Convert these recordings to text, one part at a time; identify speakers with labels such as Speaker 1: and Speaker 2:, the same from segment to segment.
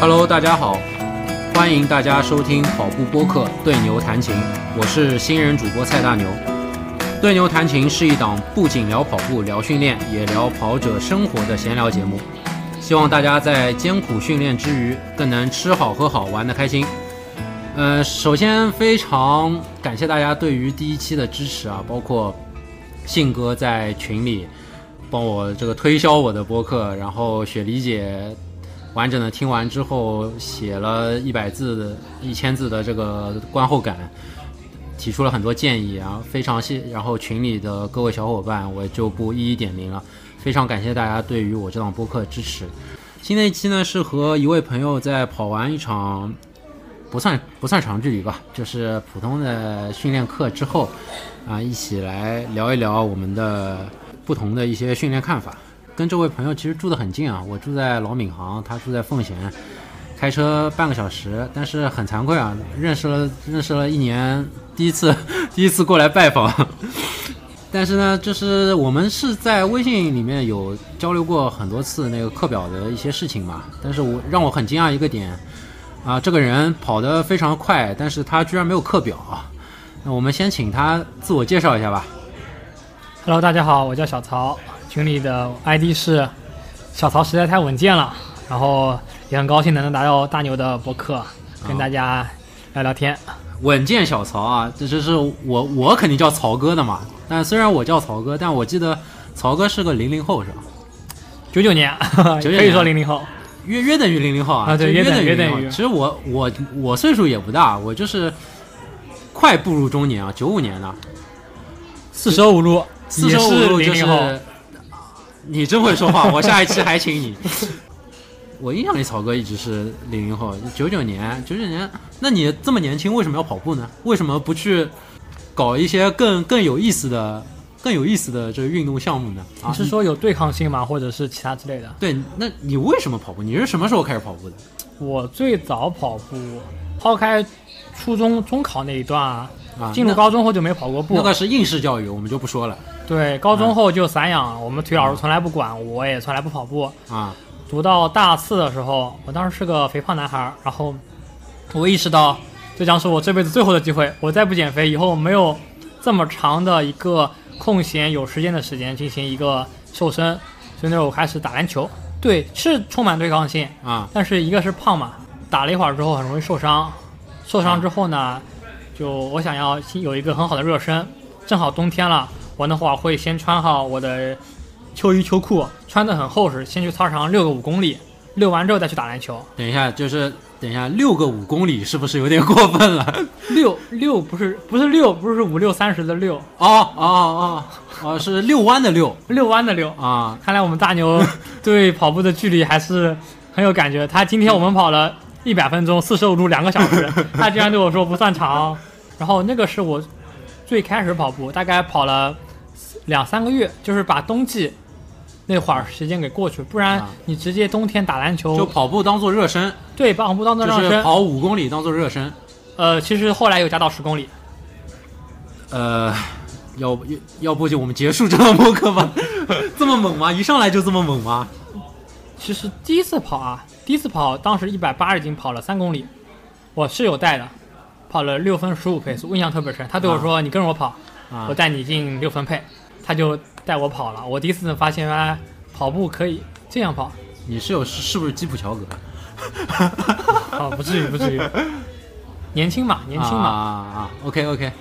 Speaker 1: Hello，大家好，欢迎大家收听跑步播客《对牛弹琴》，我是新人主播蔡大牛。《对牛弹琴》是一档不仅聊跑步、聊训练，也聊跑者生活的闲聊节目。希望大家在艰苦训练之余，更能吃好喝好，玩得开心。呃，首先非常感谢大家对于第一期的支持啊，包括信哥在群里帮我这个推销我的播客，然后雪梨姐完整的听完之后写了一百字、一千字的这个观后感，提出了很多建议啊，非常谢。然后群里的各位小伙伴，我就不一一点名了，非常感谢大家对于我这档播客的支持。新的一期呢是和一位朋友在跑完一场不算不算长距离吧，就是普通的训练课之后，啊，一起来聊一聊我们的不同的一些训练看法。跟这位朋友其实住得很近啊，我住在老闵行，他住在奉贤，开车半个小时。但是很惭愧啊，认识了认识了一年，第一次第一次过来拜访。 但是呢，就是我们是在微信里面有交流过很多次那个课表的一些事情嘛。但是我让我很惊讶一个点，啊，这个人跑得非常快，但是他居然没有课表啊。那我们先请他自我介绍一下吧。
Speaker 2: Hello，大家好，我叫小曹，群里的 ID 是小曹，实在太稳健了。然后也很高兴能来到大牛的博客，
Speaker 1: 啊
Speaker 2: 跟大家聊聊天。
Speaker 1: 稳健小曹啊，这这是我我肯定叫曹哥的嘛。但虽然我叫曹哥，但我记得曹哥是个零零后是吧？
Speaker 2: 九九年，
Speaker 1: 99
Speaker 2: 可以说零零后，
Speaker 1: 约约等于零零后啊，
Speaker 2: 啊对
Speaker 1: 就约
Speaker 2: 约等
Speaker 1: 于
Speaker 2: 约
Speaker 1: 零
Speaker 2: 等
Speaker 1: 零后。
Speaker 2: 于
Speaker 1: 其实我我我岁数也不大，我就是快步入中年啊，九五年的，
Speaker 2: 四舍五入
Speaker 1: 四
Speaker 2: 也
Speaker 1: 舍五
Speaker 2: 是
Speaker 1: 入
Speaker 2: 零
Speaker 1: 就是
Speaker 2: 零后。
Speaker 1: 你真会说话，我下一期还请 你。我印象里草哥一直是零零后，九九年，九九年。那你这么年轻，为什么要跑步呢？为什么不去搞一些更更有意思的、更有意思的这个运动项目呢？啊
Speaker 2: 你，是说有对抗性吗？或者是其他之类的？
Speaker 1: 对，那你为什么跑步？你是什么时候开始跑步的？
Speaker 2: 我最早跑步，抛开初中中考那一段啊，
Speaker 1: 啊，
Speaker 2: 进入高中后就没跑过步。
Speaker 1: 那那个啊是应试教育，我们就不说了
Speaker 2: 对，高中后就散养了，我们体育老师从来不管，我也从来不跑步。
Speaker 1: 啊。
Speaker 2: 读到大四的时候，我当时是个肥胖男孩儿，然后我意识到这将是我这辈子最后的机会，我再不减肥，以后没有这么长的一个空闲有时间的时间进行一个瘦身，所以那时候我开始打篮球，对，是充满对抗性，
Speaker 1: 啊
Speaker 2: 但是一个是胖嘛，打了一会儿之后很容易受伤，受伤之后呢，就我想要先有一个很好的热身，正好冬天了，我那会儿会先穿好我的秋衣秋裤，穿得很厚实，先去操场上遛个五公里，遛完之后再去打篮球。
Speaker 1: 等一下，就是等一下，六个五公里是不是有点过分了？
Speaker 2: 六六不是不是六，不是五六三十的六，
Speaker 1: 哦哦哦哦，是遛弯的遛
Speaker 2: 遛弯的遛。
Speaker 1: 啊。
Speaker 2: 看来我们大 牛对跑步的距离还是很有感觉。他今天我们跑了一百分钟，四舍五入两个小 时，他居然对我说不算长。然后那个是我最开始跑步，大概跑了两三个月，就是把冬季那会儿时间给过去，不然
Speaker 1: 啊
Speaker 2: 你直接冬天打篮球，
Speaker 1: 就跑步当做热身，
Speaker 2: 对，把跑步当做
Speaker 1: 就
Speaker 2: 热
Speaker 1: 是
Speaker 2: 身。
Speaker 1: 跑五公里当做热身。
Speaker 2: 呃，其实后来有加到十公里，
Speaker 1: 呃，要不要要不就我们结束这堂播客吧？ 这么猛吗？一上来就这么猛吗？
Speaker 2: 其实第一次跑啊，第一次跑，当时一百八十斤跑了三公里，我室友带的，跑了六分十五配速，我印象特别深。他对我说：“你跟着我跑，
Speaker 1: 啊
Speaker 2: 我，带你进六分配。”他就带我跑了。我第一次发现，原来跑步可以这样跑
Speaker 1: 你室友是是不是基普乔格？
Speaker 2: 啊，不至于，不 至于。年轻嘛，年轻
Speaker 1: 啊啊
Speaker 2: 嘛，
Speaker 1: 啊！OK OK，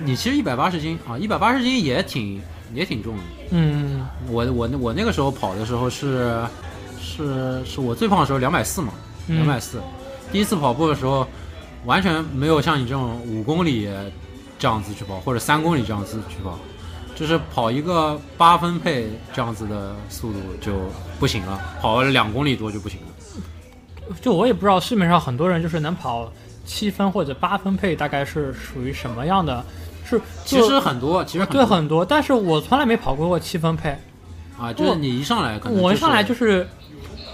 Speaker 1: 你其实一百八十斤啊，一百八十斤也挺也挺重的。
Speaker 2: 嗯，
Speaker 1: 我我那我那个时候跑的时候是是是我最胖的时候两百四嘛，两
Speaker 2: 嗯
Speaker 1: 百四。第一次跑步的时候，完全没有像你这种五公里这样子去跑，或者三公里这样子去跑，就是跑一个八分配这样子的速度就不行了，跑了两公里多就不行了。
Speaker 2: 就我也不知道市面上很多人就是能跑七分或者八分配，大概是属于什么样的？是
Speaker 1: 其
Speaker 2: 就
Speaker 1: 实很多，其实很
Speaker 2: 对
Speaker 1: 多
Speaker 2: 很多，但是我从来没跑过过七分配。
Speaker 1: 啊，就是你一上来可能、
Speaker 2: 我一上来
Speaker 1: 就
Speaker 2: 就是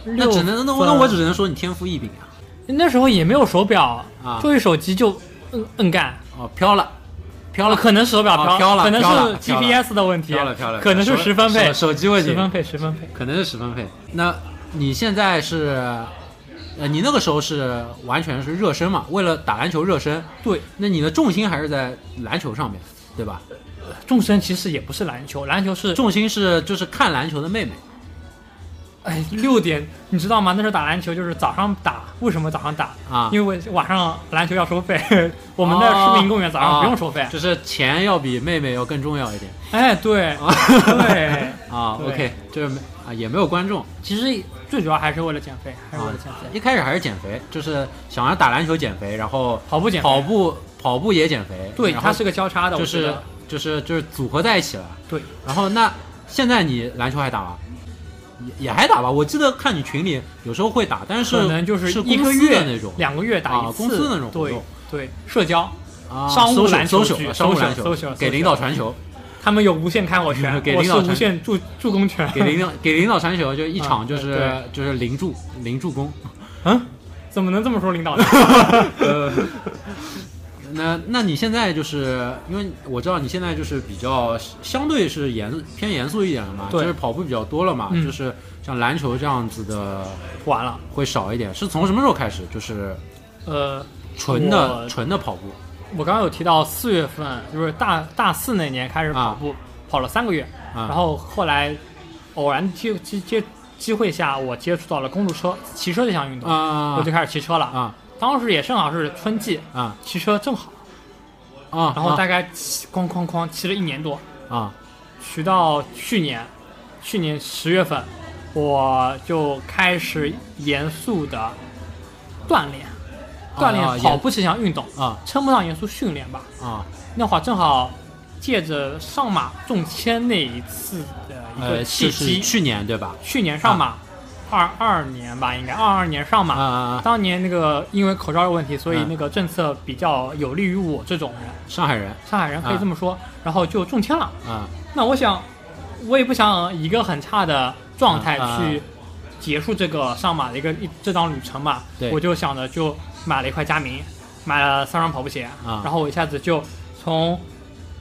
Speaker 2: 是
Speaker 1: 那
Speaker 2: 六
Speaker 1: 只
Speaker 2: 分，
Speaker 1: 能那我那我只能说你天赋异禀啊
Speaker 2: 那时候也没有手表，
Speaker 1: 啊
Speaker 2: 就一手机就摁摁干，
Speaker 1: 哦飘了，飘了
Speaker 2: 可能手表
Speaker 1: 啊飘了
Speaker 2: 可能
Speaker 1: 飘了
Speaker 2: 是
Speaker 1: 飘了
Speaker 2: GPS 的问题，
Speaker 1: 飘了飘了，
Speaker 2: 可能是
Speaker 1: 手
Speaker 2: 十分配
Speaker 1: 手，手机问题
Speaker 2: 十分配，十分配。
Speaker 1: 可能是十分配。那你现在是呃，你那个时候是完全是热身嘛，为了打篮球热身。
Speaker 2: 对，
Speaker 1: 那你的重心还是在篮球上面，对吧？
Speaker 2: 纵深其实也不是篮球，篮球是
Speaker 1: 重心是就是看篮球的妹妹。
Speaker 2: 哎六点，你知道吗？那时候打篮球就是早上打，为什么早上打？
Speaker 1: 啊
Speaker 2: 因为晚上篮球要收费， 我们的
Speaker 1: 哦
Speaker 2: 市民公园早上不用收费。
Speaker 1: 就是钱要比妹妹要更重要一点
Speaker 2: 哎，对，
Speaker 1: 哦
Speaker 2: 对，
Speaker 1: 啊。
Speaker 2: 对
Speaker 1: OK，就是没啊也没有观众
Speaker 2: 其实最主要还是为了减肥，还是为
Speaker 1: 啊
Speaker 2: 了减肥，，
Speaker 1: 一开始还是减肥，就是想要打篮球减肥，然后
Speaker 2: 跑步减肥。
Speaker 1: 跑步跑步也减肥，
Speaker 2: 对，
Speaker 1: 然
Speaker 2: 它
Speaker 1: 后
Speaker 2: 是个交叉的，
Speaker 1: 就
Speaker 2: 我觉
Speaker 1: 是
Speaker 2: 得
Speaker 1: 就是就是组合在一起了。
Speaker 2: 对，
Speaker 1: 然后那现在你篮球还打吗？也也还打吧，我记得看你群里有时候会打，但是
Speaker 2: 可能就是一
Speaker 1: 公
Speaker 2: 个
Speaker 1: 司
Speaker 2: 月
Speaker 1: 的那种
Speaker 2: 两个月打
Speaker 1: 啊
Speaker 2: 一，次
Speaker 1: 公司那种活
Speaker 2: 对
Speaker 1: 动
Speaker 2: 对，社交，
Speaker 1: 啊，
Speaker 2: 商务篮球
Speaker 1: 搜
Speaker 2: 局
Speaker 1: 手商务
Speaker 2: 搜手
Speaker 1: 篮球
Speaker 2: 搜手
Speaker 1: 给
Speaker 2: 搜
Speaker 1: 领
Speaker 2: 手
Speaker 1: 导传 球，
Speaker 2: 他们有无限开火权，
Speaker 1: 嗯给
Speaker 2: 我
Speaker 1: 领
Speaker 2: 是
Speaker 1: 导传
Speaker 2: 无限助助攻权。
Speaker 1: 给领导给领导传球，就一场
Speaker 2: 啊
Speaker 1: 就是、
Speaker 2: 对
Speaker 1: 就是零助零助攻。
Speaker 2: 嗯，怎么能这么说 领导呢？
Speaker 1: 呃，那那你现在就是因为我知道你现在就是比较相对是严偏严肃一点了嘛，就
Speaker 2: 对
Speaker 1: 是跑步比较多了嘛，
Speaker 2: 嗯
Speaker 1: 就是像篮球这样子的
Speaker 2: 完了，
Speaker 1: 会少一点。是从什么时候开始？就是
Speaker 2: 呃，
Speaker 1: 纯的
Speaker 2: 我
Speaker 1: 纯的跑步
Speaker 2: 我刚刚有提到四月份，就是大大四那年开始跑步，跑了三个月，
Speaker 1: 啊，
Speaker 2: 然后后来偶然机机机机会下，我接触到了公路车骑车这项运动，
Speaker 1: 啊
Speaker 2: 我就开始骑车了。
Speaker 1: 啊
Speaker 2: 当时也正好是春季，
Speaker 1: 啊
Speaker 2: 骑车正好，
Speaker 1: 啊，
Speaker 2: 然后大概骑哐哐哐骑了一年多，
Speaker 1: 啊
Speaker 2: 骑到去年，去年十月份，我就开始严肃的锻炼，锻
Speaker 1: 啊
Speaker 2: 炼
Speaker 1: 严
Speaker 2: 跑步这项运动，
Speaker 1: 啊
Speaker 2: 称不上严肃训练吧。
Speaker 1: 啊
Speaker 2: 那会儿正好借着上马中签那一次的一
Speaker 1: 呃，是
Speaker 2: 个契
Speaker 1: 是
Speaker 2: 机，
Speaker 1: 去年对吧？
Speaker 2: 去年上马，二二、年吧，应该二二年上
Speaker 1: 啊
Speaker 2: 马。
Speaker 1: 啊啊！
Speaker 2: 当年那个因为口罩的问题，所以
Speaker 1: 嗯
Speaker 2: 那个政策比较有利于我这种人，
Speaker 1: 上海人
Speaker 2: 上海人可
Speaker 1: 啊
Speaker 2: 以这么说。然后就中签了。
Speaker 1: 啊
Speaker 2: 那我想，我也不想以一个很差的状态
Speaker 1: 啊
Speaker 2: 去结束这个上马的一个一这趟旅程嘛
Speaker 1: 对。
Speaker 2: 我就想着就买了一块佳明，买了三双跑步鞋，
Speaker 1: 啊
Speaker 2: 然后我一下子就从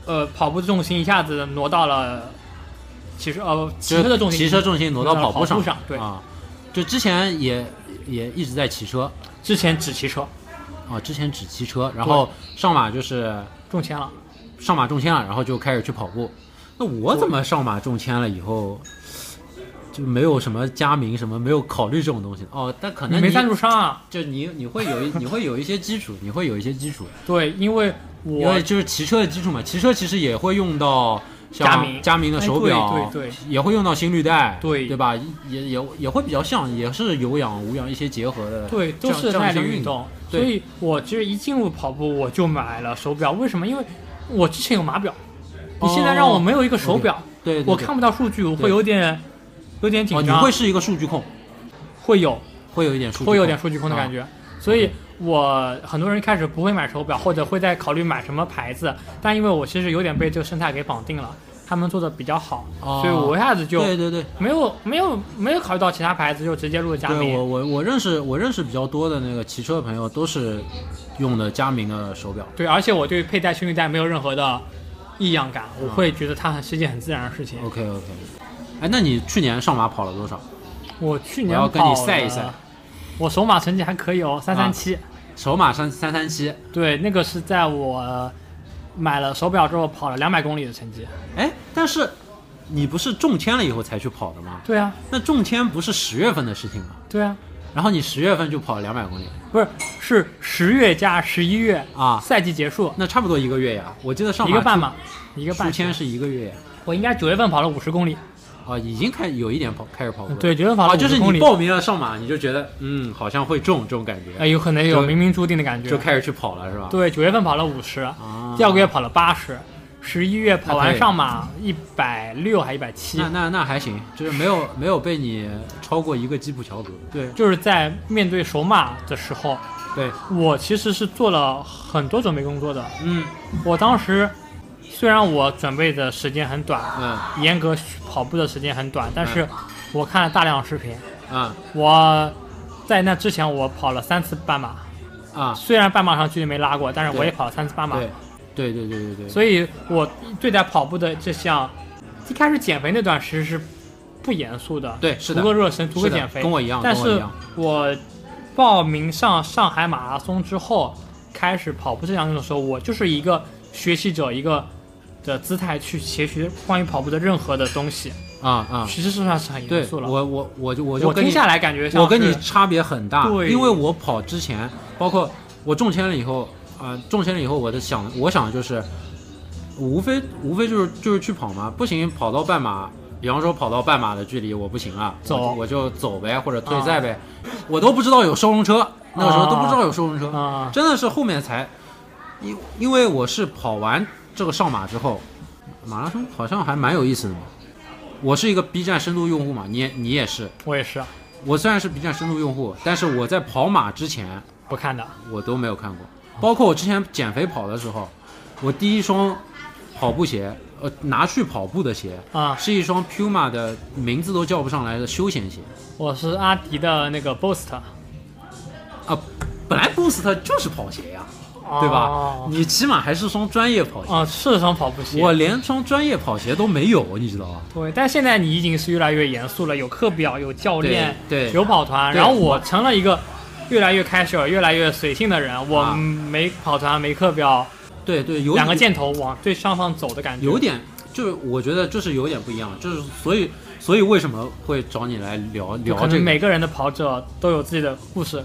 Speaker 2: 呃跑步的重心一下子挪到了骑车呃骑
Speaker 1: 就是
Speaker 2: 车的重心，
Speaker 1: 骑车重心挪到
Speaker 2: 挪到
Speaker 1: 步
Speaker 2: 跑步上对
Speaker 1: 啊，就之前也也一直在骑车
Speaker 2: 之前只骑车
Speaker 1: 啊，之前只骑车，然后上马就是
Speaker 2: 中签了。
Speaker 1: 上马中签了，然后就开始去跑步。那我怎么上马中签了以后？就没有什么加名什么，没有考虑这种东西哦。但可能
Speaker 2: 没
Speaker 1: 你
Speaker 2: 赞助商啊？
Speaker 1: 就你你会有一你会有一些基础，你会有一些基础，
Speaker 2: 对，因为
Speaker 1: 因
Speaker 2: 我
Speaker 1: 为就是骑车的基础嘛。骑车其实也会用到像
Speaker 2: 佳明
Speaker 1: 佳明的
Speaker 2: 哎
Speaker 1: 手
Speaker 2: 对
Speaker 1: 表，
Speaker 2: 对对
Speaker 1: 也会用到心率带，
Speaker 2: 对
Speaker 1: 对吧？也也也会比较像，也是有氧无氧一些结合的，
Speaker 2: 对，
Speaker 1: 这
Speaker 2: 都
Speaker 1: 样
Speaker 2: 是
Speaker 1: 这样一
Speaker 2: 耐
Speaker 1: 项
Speaker 2: 力
Speaker 1: 运
Speaker 2: 运
Speaker 1: 动。
Speaker 2: 动，
Speaker 1: 对
Speaker 2: 所以我其实一进入跑步我就买了手表。为什么？因为我之前有码表，你现在让我没有一个手表，
Speaker 1: 哦对，对
Speaker 2: 我
Speaker 1: 对
Speaker 2: 看不到数据，我
Speaker 1: 对
Speaker 2: 会有点有点
Speaker 1: 哦，
Speaker 2: 紧
Speaker 1: 你
Speaker 2: 张，
Speaker 1: 会是一个数据控，
Speaker 2: 会有
Speaker 1: 会有一点数据控，啊
Speaker 2: 会有点数据控的感觉。所以我很多人开始不会买手表，或者会在考虑买什么牌子，但因为我其实有点被这个生态给绑定了，他们做的比较好，
Speaker 1: 哦
Speaker 2: 所以我一下子就
Speaker 1: 对对对，
Speaker 2: 没有没有没有考虑到其他牌子，就直接入了佳
Speaker 1: 对我
Speaker 2: 明。
Speaker 1: 我我认识我认识比较多的那个骑车的朋友都是用的佳明的手表，
Speaker 2: 对，而且我对佩戴心率带没有任何的异样感，
Speaker 1: 嗯
Speaker 2: 我会觉得它很是一件很自然的事情。
Speaker 1: OK OK，哎，那你去年上马跑了多少？
Speaker 2: 我去
Speaker 1: 我
Speaker 2: 年
Speaker 1: 要跟你
Speaker 2: 跑
Speaker 1: 赛一
Speaker 2: 了
Speaker 1: 赛，啊
Speaker 2: 我首马成绩还可以哦，三三七。
Speaker 1: 首马三三三七，
Speaker 2: 对，那个是在我买了手表之后跑了两百公里的成绩。
Speaker 1: 哎，但是你不是中签了以后才去跑的吗？
Speaker 2: 对啊，
Speaker 1: 那中签不是十月份的事情吗？
Speaker 2: 对啊，
Speaker 1: 然后你十月份就跑了两百公里，
Speaker 2: 不是是十月加十一月
Speaker 1: 啊
Speaker 2: 赛季结束
Speaker 1: 那差不多一个月呀。我记得上
Speaker 2: 一
Speaker 1: 马
Speaker 2: 个半嘛，一个
Speaker 1: 出
Speaker 2: 半
Speaker 1: 签是一个月呀。
Speaker 2: 我应该九月份跑了五十公里，
Speaker 1: 啊，已经开有一点跑开始跑步了。
Speaker 2: 对，九月份跑
Speaker 1: 啊，
Speaker 2: 了
Speaker 1: 就是
Speaker 2: 50公
Speaker 1: 你
Speaker 2: 里，
Speaker 1: 报名了上马，你就觉得嗯，好像会中这种感觉，
Speaker 2: 哎，有可能有
Speaker 1: 呃就
Speaker 2: 冥冥注定的感觉。
Speaker 1: 就开始去跑了是吧？
Speaker 2: 对，九月份跑了五十、
Speaker 1: 啊，
Speaker 2: 第二个月跑了八十，十一月
Speaker 1: 那
Speaker 2: 跑
Speaker 1: 可
Speaker 2: 完
Speaker 1: 以
Speaker 2: 上马一百六还一百七
Speaker 1: 那，那那还行，就是没有没有被你超过一个基普乔格。对
Speaker 2: 就是在面对首马的时候，
Speaker 1: 对，
Speaker 2: 我其实是做了很多准备工作的。
Speaker 1: 嗯
Speaker 2: 我当时虽然我准备的时间很短，
Speaker 1: 嗯
Speaker 2: 严格跑步的时间很短，但是我看了大量视频。
Speaker 1: 啊
Speaker 2: 我在那之前我跑了三次半马，
Speaker 1: 啊，
Speaker 2: 虽然半马上距离没拉过，但是
Speaker 1: 对
Speaker 2: 我也跑了三次半马。
Speaker 1: 对对对对对对，
Speaker 2: 所以我对待跑步的这项，一开始减肥那段其实是不严肃的，
Speaker 1: 对是的
Speaker 2: 图个热身，图个
Speaker 1: 是的
Speaker 2: 减肥，
Speaker 1: 跟我一样，
Speaker 2: 但
Speaker 1: 跟我一
Speaker 2: 是
Speaker 1: 样
Speaker 2: 我报名上上海马拉松之后，开始跑步这项运动的时候，我就是一个学习者一个的姿态去学习关于跑步的任何的东西，
Speaker 1: 啊啊！
Speaker 2: 其实是算是很严
Speaker 1: 对
Speaker 2: 肃了。
Speaker 1: 我我我就我
Speaker 2: 我
Speaker 1: 就跟
Speaker 2: 听
Speaker 1: 你
Speaker 2: 下来感觉像
Speaker 1: 我跟你
Speaker 2: 是
Speaker 1: 差别很大，
Speaker 2: 对
Speaker 1: 因为我跑之前，包括我中签了以后，啊、中签了以后，我的想，我想的就是，无非无非就是就是去跑嘛，不行跑到半马，比方说跑到半马的距离我不行了，
Speaker 2: 走
Speaker 1: 我就我就走呗，或者退赛呗，我都不知道有收容车，那个时候都不知道有收容车，
Speaker 2: 啊啊
Speaker 1: 真的是后面才，因因为我是跑完这个上马之后，马拉松好像还蛮有意思的嘛。我是一个 B 站深度用户嘛，你也你也是，
Speaker 2: 我也是
Speaker 1: 我虽然是 B 站深度用户，但是我在跑马之前
Speaker 2: 不看的。
Speaker 1: 我都没有看过，
Speaker 2: 哦
Speaker 1: 包括我之前减肥跑的时候，我第一双跑步鞋，呃，拿去跑步的鞋
Speaker 2: 啊，
Speaker 1: 是一双 Puma 的名字都叫不上来的休闲鞋
Speaker 2: 我是阿迪的那个 Boost，
Speaker 1: 啊。本来 Boost 就是跑鞋呀，
Speaker 2: 对
Speaker 1: 对吧？你起码还是双专业跑鞋，
Speaker 2: 哦啊，是双跑步鞋。
Speaker 1: 我连双专业跑鞋都没有，你知道吧？
Speaker 2: 对，但现在你已经是越来越严肃了，有课表，有教练，
Speaker 1: 对对
Speaker 2: 有跑团。
Speaker 1: 对
Speaker 2: 然后我成了一个越来越开始、越来越随性的人，我
Speaker 1: 啊
Speaker 2: 没跑团，没课表，
Speaker 1: 对对，有
Speaker 2: 两个箭头往最上方走的感觉。
Speaker 1: 有点，就是我觉得就是有点不一样，就是所以所以为什么会找你来聊
Speaker 2: 就可
Speaker 1: 聊这
Speaker 2: 能
Speaker 1: 个？
Speaker 2: 每个人的跑者都有自己的故事。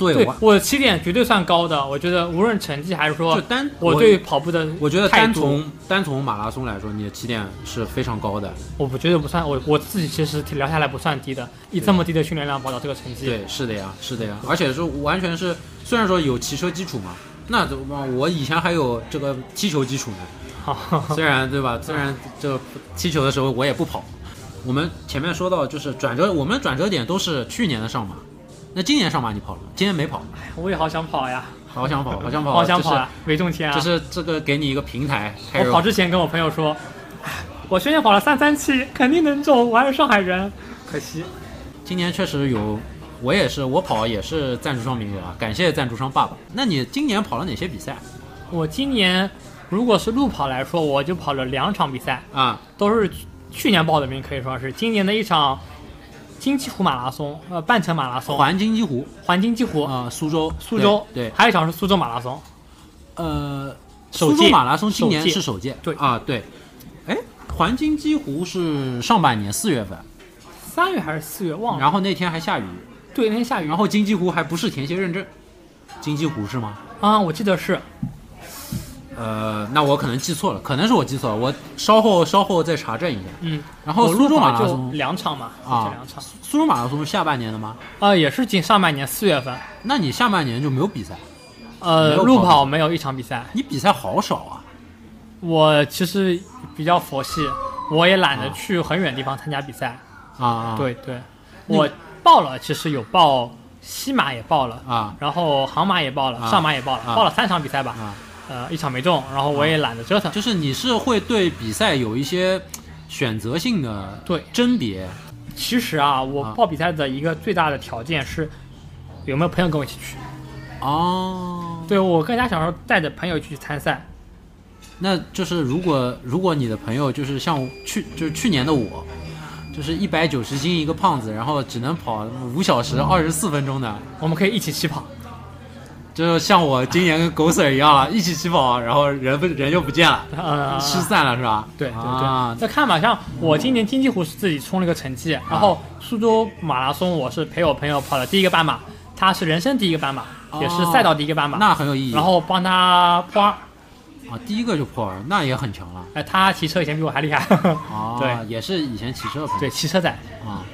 Speaker 1: 对，
Speaker 2: 对
Speaker 1: 我
Speaker 2: 我起点绝对算高的，我觉得无论成绩还是
Speaker 1: 就
Speaker 2: 说
Speaker 1: 单
Speaker 2: 我对跑步的态度，
Speaker 1: 我觉得单从单从马拉松来说，你的起点是非常高的。
Speaker 2: 我不觉得不算，我我自己其实聊下来不算低的，以这么低的训练量跑到这个成绩，
Speaker 1: 对，是的呀，是的呀，而且是完全是，虽然说有骑车基础嘛，那怎么我以前还有这个踢球基础呢。
Speaker 2: 好，
Speaker 1: 虽然对吧，虽然就踢球的时候我也不跑。我们前面说到就是转折，我们转折点都是去年的上马，那今年上马你跑了吗？今年没跑，
Speaker 2: 我也好想跑呀，
Speaker 1: 好想跑，好想跑，啊
Speaker 2: 好想
Speaker 1: 哦就是
Speaker 2: 跑呀，没中签啊！
Speaker 1: 就是这个给你一个平台，开始
Speaker 2: 我跑之前跟我朋友说，哎我去年跑了三三七，肯定能中，我还是上海人，可惜。
Speaker 1: 今年确实有，我也是，我跑也是赞助商名额啊，感谢赞助商爸爸。那你今年跑了哪些比赛
Speaker 2: 我今年如果是路跑来说，我就跑了两场比赛，
Speaker 1: 啊？
Speaker 2: 都是去去年报的名，可以说是今年的一场金鸡湖马拉松，呃，半程马拉松，
Speaker 1: 环金鸡湖
Speaker 2: 环金鸡湖，
Speaker 1: 啊、苏州，
Speaker 2: 苏州，
Speaker 1: 对，对
Speaker 2: 还有一场是苏州马拉松，
Speaker 1: 呃，
Speaker 2: 首
Speaker 1: 苏
Speaker 2: 届
Speaker 1: 州马拉松今年
Speaker 2: 首届
Speaker 1: 是首届，
Speaker 2: 对
Speaker 1: 啊，对，哎，环金鸡湖是上半年四月份，
Speaker 2: 三月还是四月忘了，
Speaker 1: 然后那天还下雨，
Speaker 2: 对，那天下雨，
Speaker 1: 然后金鸡湖还不是田协认证，金鸡湖是吗？
Speaker 2: 啊，我记得是，
Speaker 1: 呃，那我可能记错了，可能是我记错了，我稍后稍后再查证一下。
Speaker 2: 嗯，
Speaker 1: 然后
Speaker 2: 我
Speaker 1: 苏
Speaker 2: 路
Speaker 1: 州马拉
Speaker 2: 跑就
Speaker 1: 松
Speaker 2: 两场嘛，
Speaker 1: 啊
Speaker 2: 就两场，
Speaker 1: 苏州马拉松是下半年的吗？
Speaker 2: 啊，也是近上半年四月份，
Speaker 1: 那你下半年就没有比赛，没
Speaker 2: 呃，
Speaker 1: 有
Speaker 2: 路
Speaker 1: 跑
Speaker 2: 跑没有一场比赛，
Speaker 1: 你比赛好少啊！
Speaker 2: 我其实比较佛系，我也懒得去很远地方参加比赛。
Speaker 1: 啊，
Speaker 2: 对对，
Speaker 1: 那
Speaker 2: 我报了，其实有报西马也报了，
Speaker 1: 啊
Speaker 2: 然后杭马也报了，
Speaker 1: 啊
Speaker 2: 上马也报了，
Speaker 1: 啊
Speaker 2: 报了三场比赛吧，
Speaker 1: 啊，
Speaker 2: 呃，一场没中，然后我也懒得折腾。
Speaker 1: 就是你是会对比赛有一些选择性的
Speaker 2: 对
Speaker 1: 甄别
Speaker 2: 其实啊，我
Speaker 1: 啊
Speaker 2: 报比赛的一个最大的条件是。有没有朋友跟我一起去？
Speaker 1: 哦。
Speaker 2: 对我更加想说带着朋友一起去参赛，
Speaker 1: 那就是如果如果你的朋友就是像去就是去年的我，就是一百九十斤一个胖子，然后只能跑五小
Speaker 2: 嗯
Speaker 1: 时二十四分钟的，
Speaker 2: 我们可以一起起跑。
Speaker 1: 就像我今年跟狗屎一样了，一起起跑，然后人不人就不见了，
Speaker 2: 呃，
Speaker 1: 失散了是吧？
Speaker 2: 对对
Speaker 1: 啊
Speaker 2: 对，再看吧。像我今年金鸡湖是自己冲了个成绩，然后
Speaker 1: 啊
Speaker 2: 苏州马拉松我是陪我朋友跑了第一个半马，他是人生第一个半马，也是赛道第一个半马，
Speaker 1: 哦那很有意义。
Speaker 2: 然后帮他破二，
Speaker 1: 啊，第一个就破二，那也很强了。
Speaker 2: 哎，他骑车以前比我还厉害，
Speaker 1: 啊，
Speaker 2: 对，
Speaker 1: 也是以前骑车的朋友
Speaker 2: 对，骑车仔，
Speaker 1: 啊。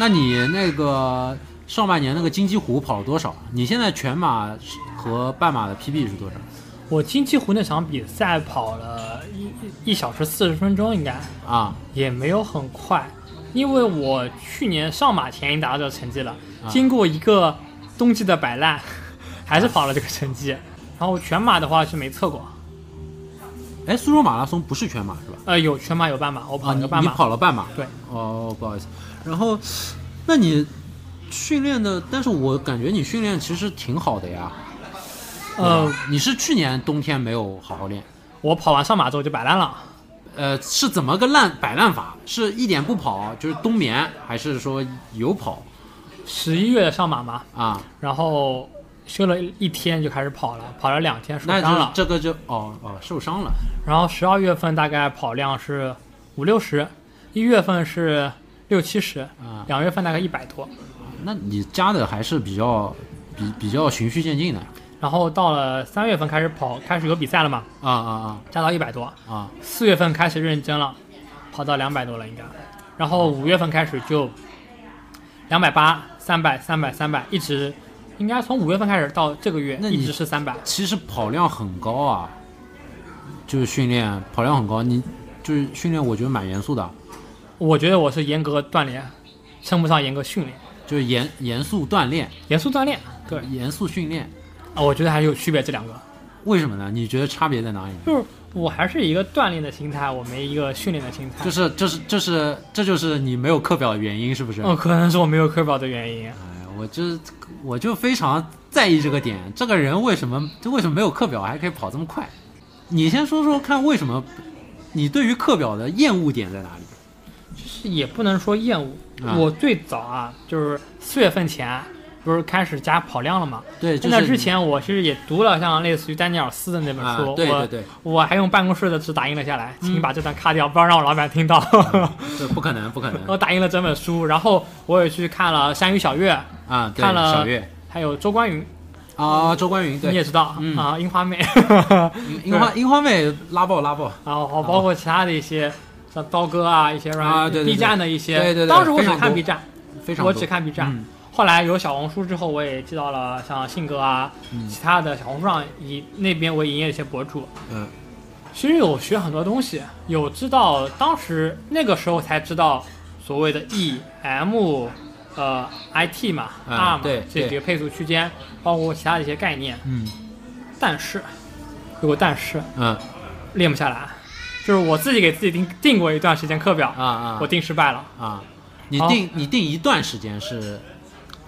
Speaker 1: 那你那个上半年那个金鸡湖跑了多少？你现在全马和半马的 PB 是多少？
Speaker 2: 我金鸡湖那场比赛跑了一一小时四十分钟，应该
Speaker 1: 啊
Speaker 2: 也没有很快，因为我去年上马前已经达到这个成绩了，
Speaker 1: 啊
Speaker 2: 经过一个冬季的摆烂， 还是跑了这个成绩。然后全马的话是没测过，
Speaker 1: 哎，苏州马拉松不是全马是吧？
Speaker 2: 呃，有全马有半马，我跑
Speaker 1: 啊，
Speaker 2: 了
Speaker 1: 你
Speaker 2: 个半
Speaker 1: 你
Speaker 2: 马。
Speaker 1: 跑了半马。
Speaker 2: 对。
Speaker 1: 哦，不好意思。然后，那你训练的，但是我感觉你训练其实挺好的呀。
Speaker 2: 呃，
Speaker 1: 你是去年冬天没有好好练？
Speaker 2: 我跑完上马之后就摆烂了，
Speaker 1: 呃，是怎么个烂摆烂法？是一点不跑，就是冬眠，还是说有跑？
Speaker 2: 十一月上马嘛，
Speaker 1: 啊，
Speaker 2: 然后休了一天就开始跑了，跑了两天受
Speaker 1: 那
Speaker 2: 伤
Speaker 1: 就
Speaker 2: 了，
Speaker 1: 这个就哦哦受伤了
Speaker 2: 然后十二月份大概跑量是五六十，一月份是六七十，
Speaker 1: 啊，
Speaker 2: 两月份大概一百多，
Speaker 1: 那你加的还是比较比比较循序渐进的
Speaker 2: 然后到了三月份开始跑，开始有比赛了嘛，
Speaker 1: 啊啊
Speaker 2: 加到一百多，
Speaker 1: 啊啊
Speaker 2: 四月份开始认真了，跑到两百多了应该，然后五月份开始就两百八、三百、三百、三百，一直应该从五月份开始到这个月
Speaker 1: 那你
Speaker 2: 一直是三百。
Speaker 1: 其实跑量很高啊，就是训练跑量很高，你就是训练，我觉得蛮严肃的，
Speaker 2: 我觉得我是严格锻炼，称不上严格训练，
Speaker 1: 就是严严肃锻炼，
Speaker 2: 严肃锻炼。对，
Speaker 1: 严肃训练。
Speaker 2: 啊，我觉得还是有区别这两个，
Speaker 1: 为什么呢？你觉得差别在哪里？
Speaker 2: 就是我还是一个锻炼的心态，我没一个训练的心态。
Speaker 1: 就，是这是这是这就是你没有课表的原因，是不是？
Speaker 2: 嗯，可能是我没有科表的原因。
Speaker 1: 哎，我就是我就非常在意这个点，这个人为什么就为什么没有课表还可以跑这么快？你先说说看，为什么你对于课表的厌恶点在哪里？
Speaker 2: 也不能说厌恶。
Speaker 1: 啊
Speaker 2: 我最早啊，就是四月份前不是开始加跑量了嘛？
Speaker 1: 对，就
Speaker 2: 在那
Speaker 1: 是
Speaker 2: 之前，我其实也读了像类似于丹尼尔斯的那本
Speaker 1: 啊
Speaker 2: 书，，
Speaker 1: 对对嗯对，
Speaker 2: 我我还用办公室的纸打印了下来，请把这段卡掉，不要让我老板听到。
Speaker 1: 这不可能不可能
Speaker 2: 我打印了整本书，然后我也去看了山雨小月，
Speaker 1: 啊！对，
Speaker 2: 看了
Speaker 1: 小月
Speaker 2: 还有周关云，
Speaker 1: 啊，周关云
Speaker 2: 你
Speaker 1: 对，
Speaker 2: 也知道
Speaker 1: 嗯
Speaker 2: 啊，樱花妹，
Speaker 1: 樱樱花樱花妹拉爆拉爆，
Speaker 2: 然后包括其他的一些像刀哥啊，一些
Speaker 1: 哦啊对对对
Speaker 2: B 站的一些，
Speaker 1: 对对对
Speaker 2: 当时我只
Speaker 1: 非常
Speaker 2: 看
Speaker 1: 多
Speaker 2: B 站，
Speaker 1: 非常
Speaker 2: 我
Speaker 1: 多
Speaker 2: 只看 B 站。
Speaker 1: 嗯
Speaker 2: 后来有小红书之后，我也接到了像信哥啊，
Speaker 1: 嗯
Speaker 2: 其他的小红书上以那边为营业的一些博主，
Speaker 1: 嗯
Speaker 2: 其实有学很多东西，有知道当时那个时候才知道所谓的 E M，呃 I T 嘛、
Speaker 1: 嗯
Speaker 2: R 嘛
Speaker 1: 对
Speaker 2: 这几
Speaker 1: 对
Speaker 2: 个配速区间，包括其他的一些概念，
Speaker 1: 嗯
Speaker 2: 但是有个但是
Speaker 1: 嗯
Speaker 2: 练不下来，就是我自己给自己定定过一段时间课表，
Speaker 1: 啊啊
Speaker 2: 我定失败了。
Speaker 1: 啊！你
Speaker 2: 好
Speaker 1: 定你定一段时间是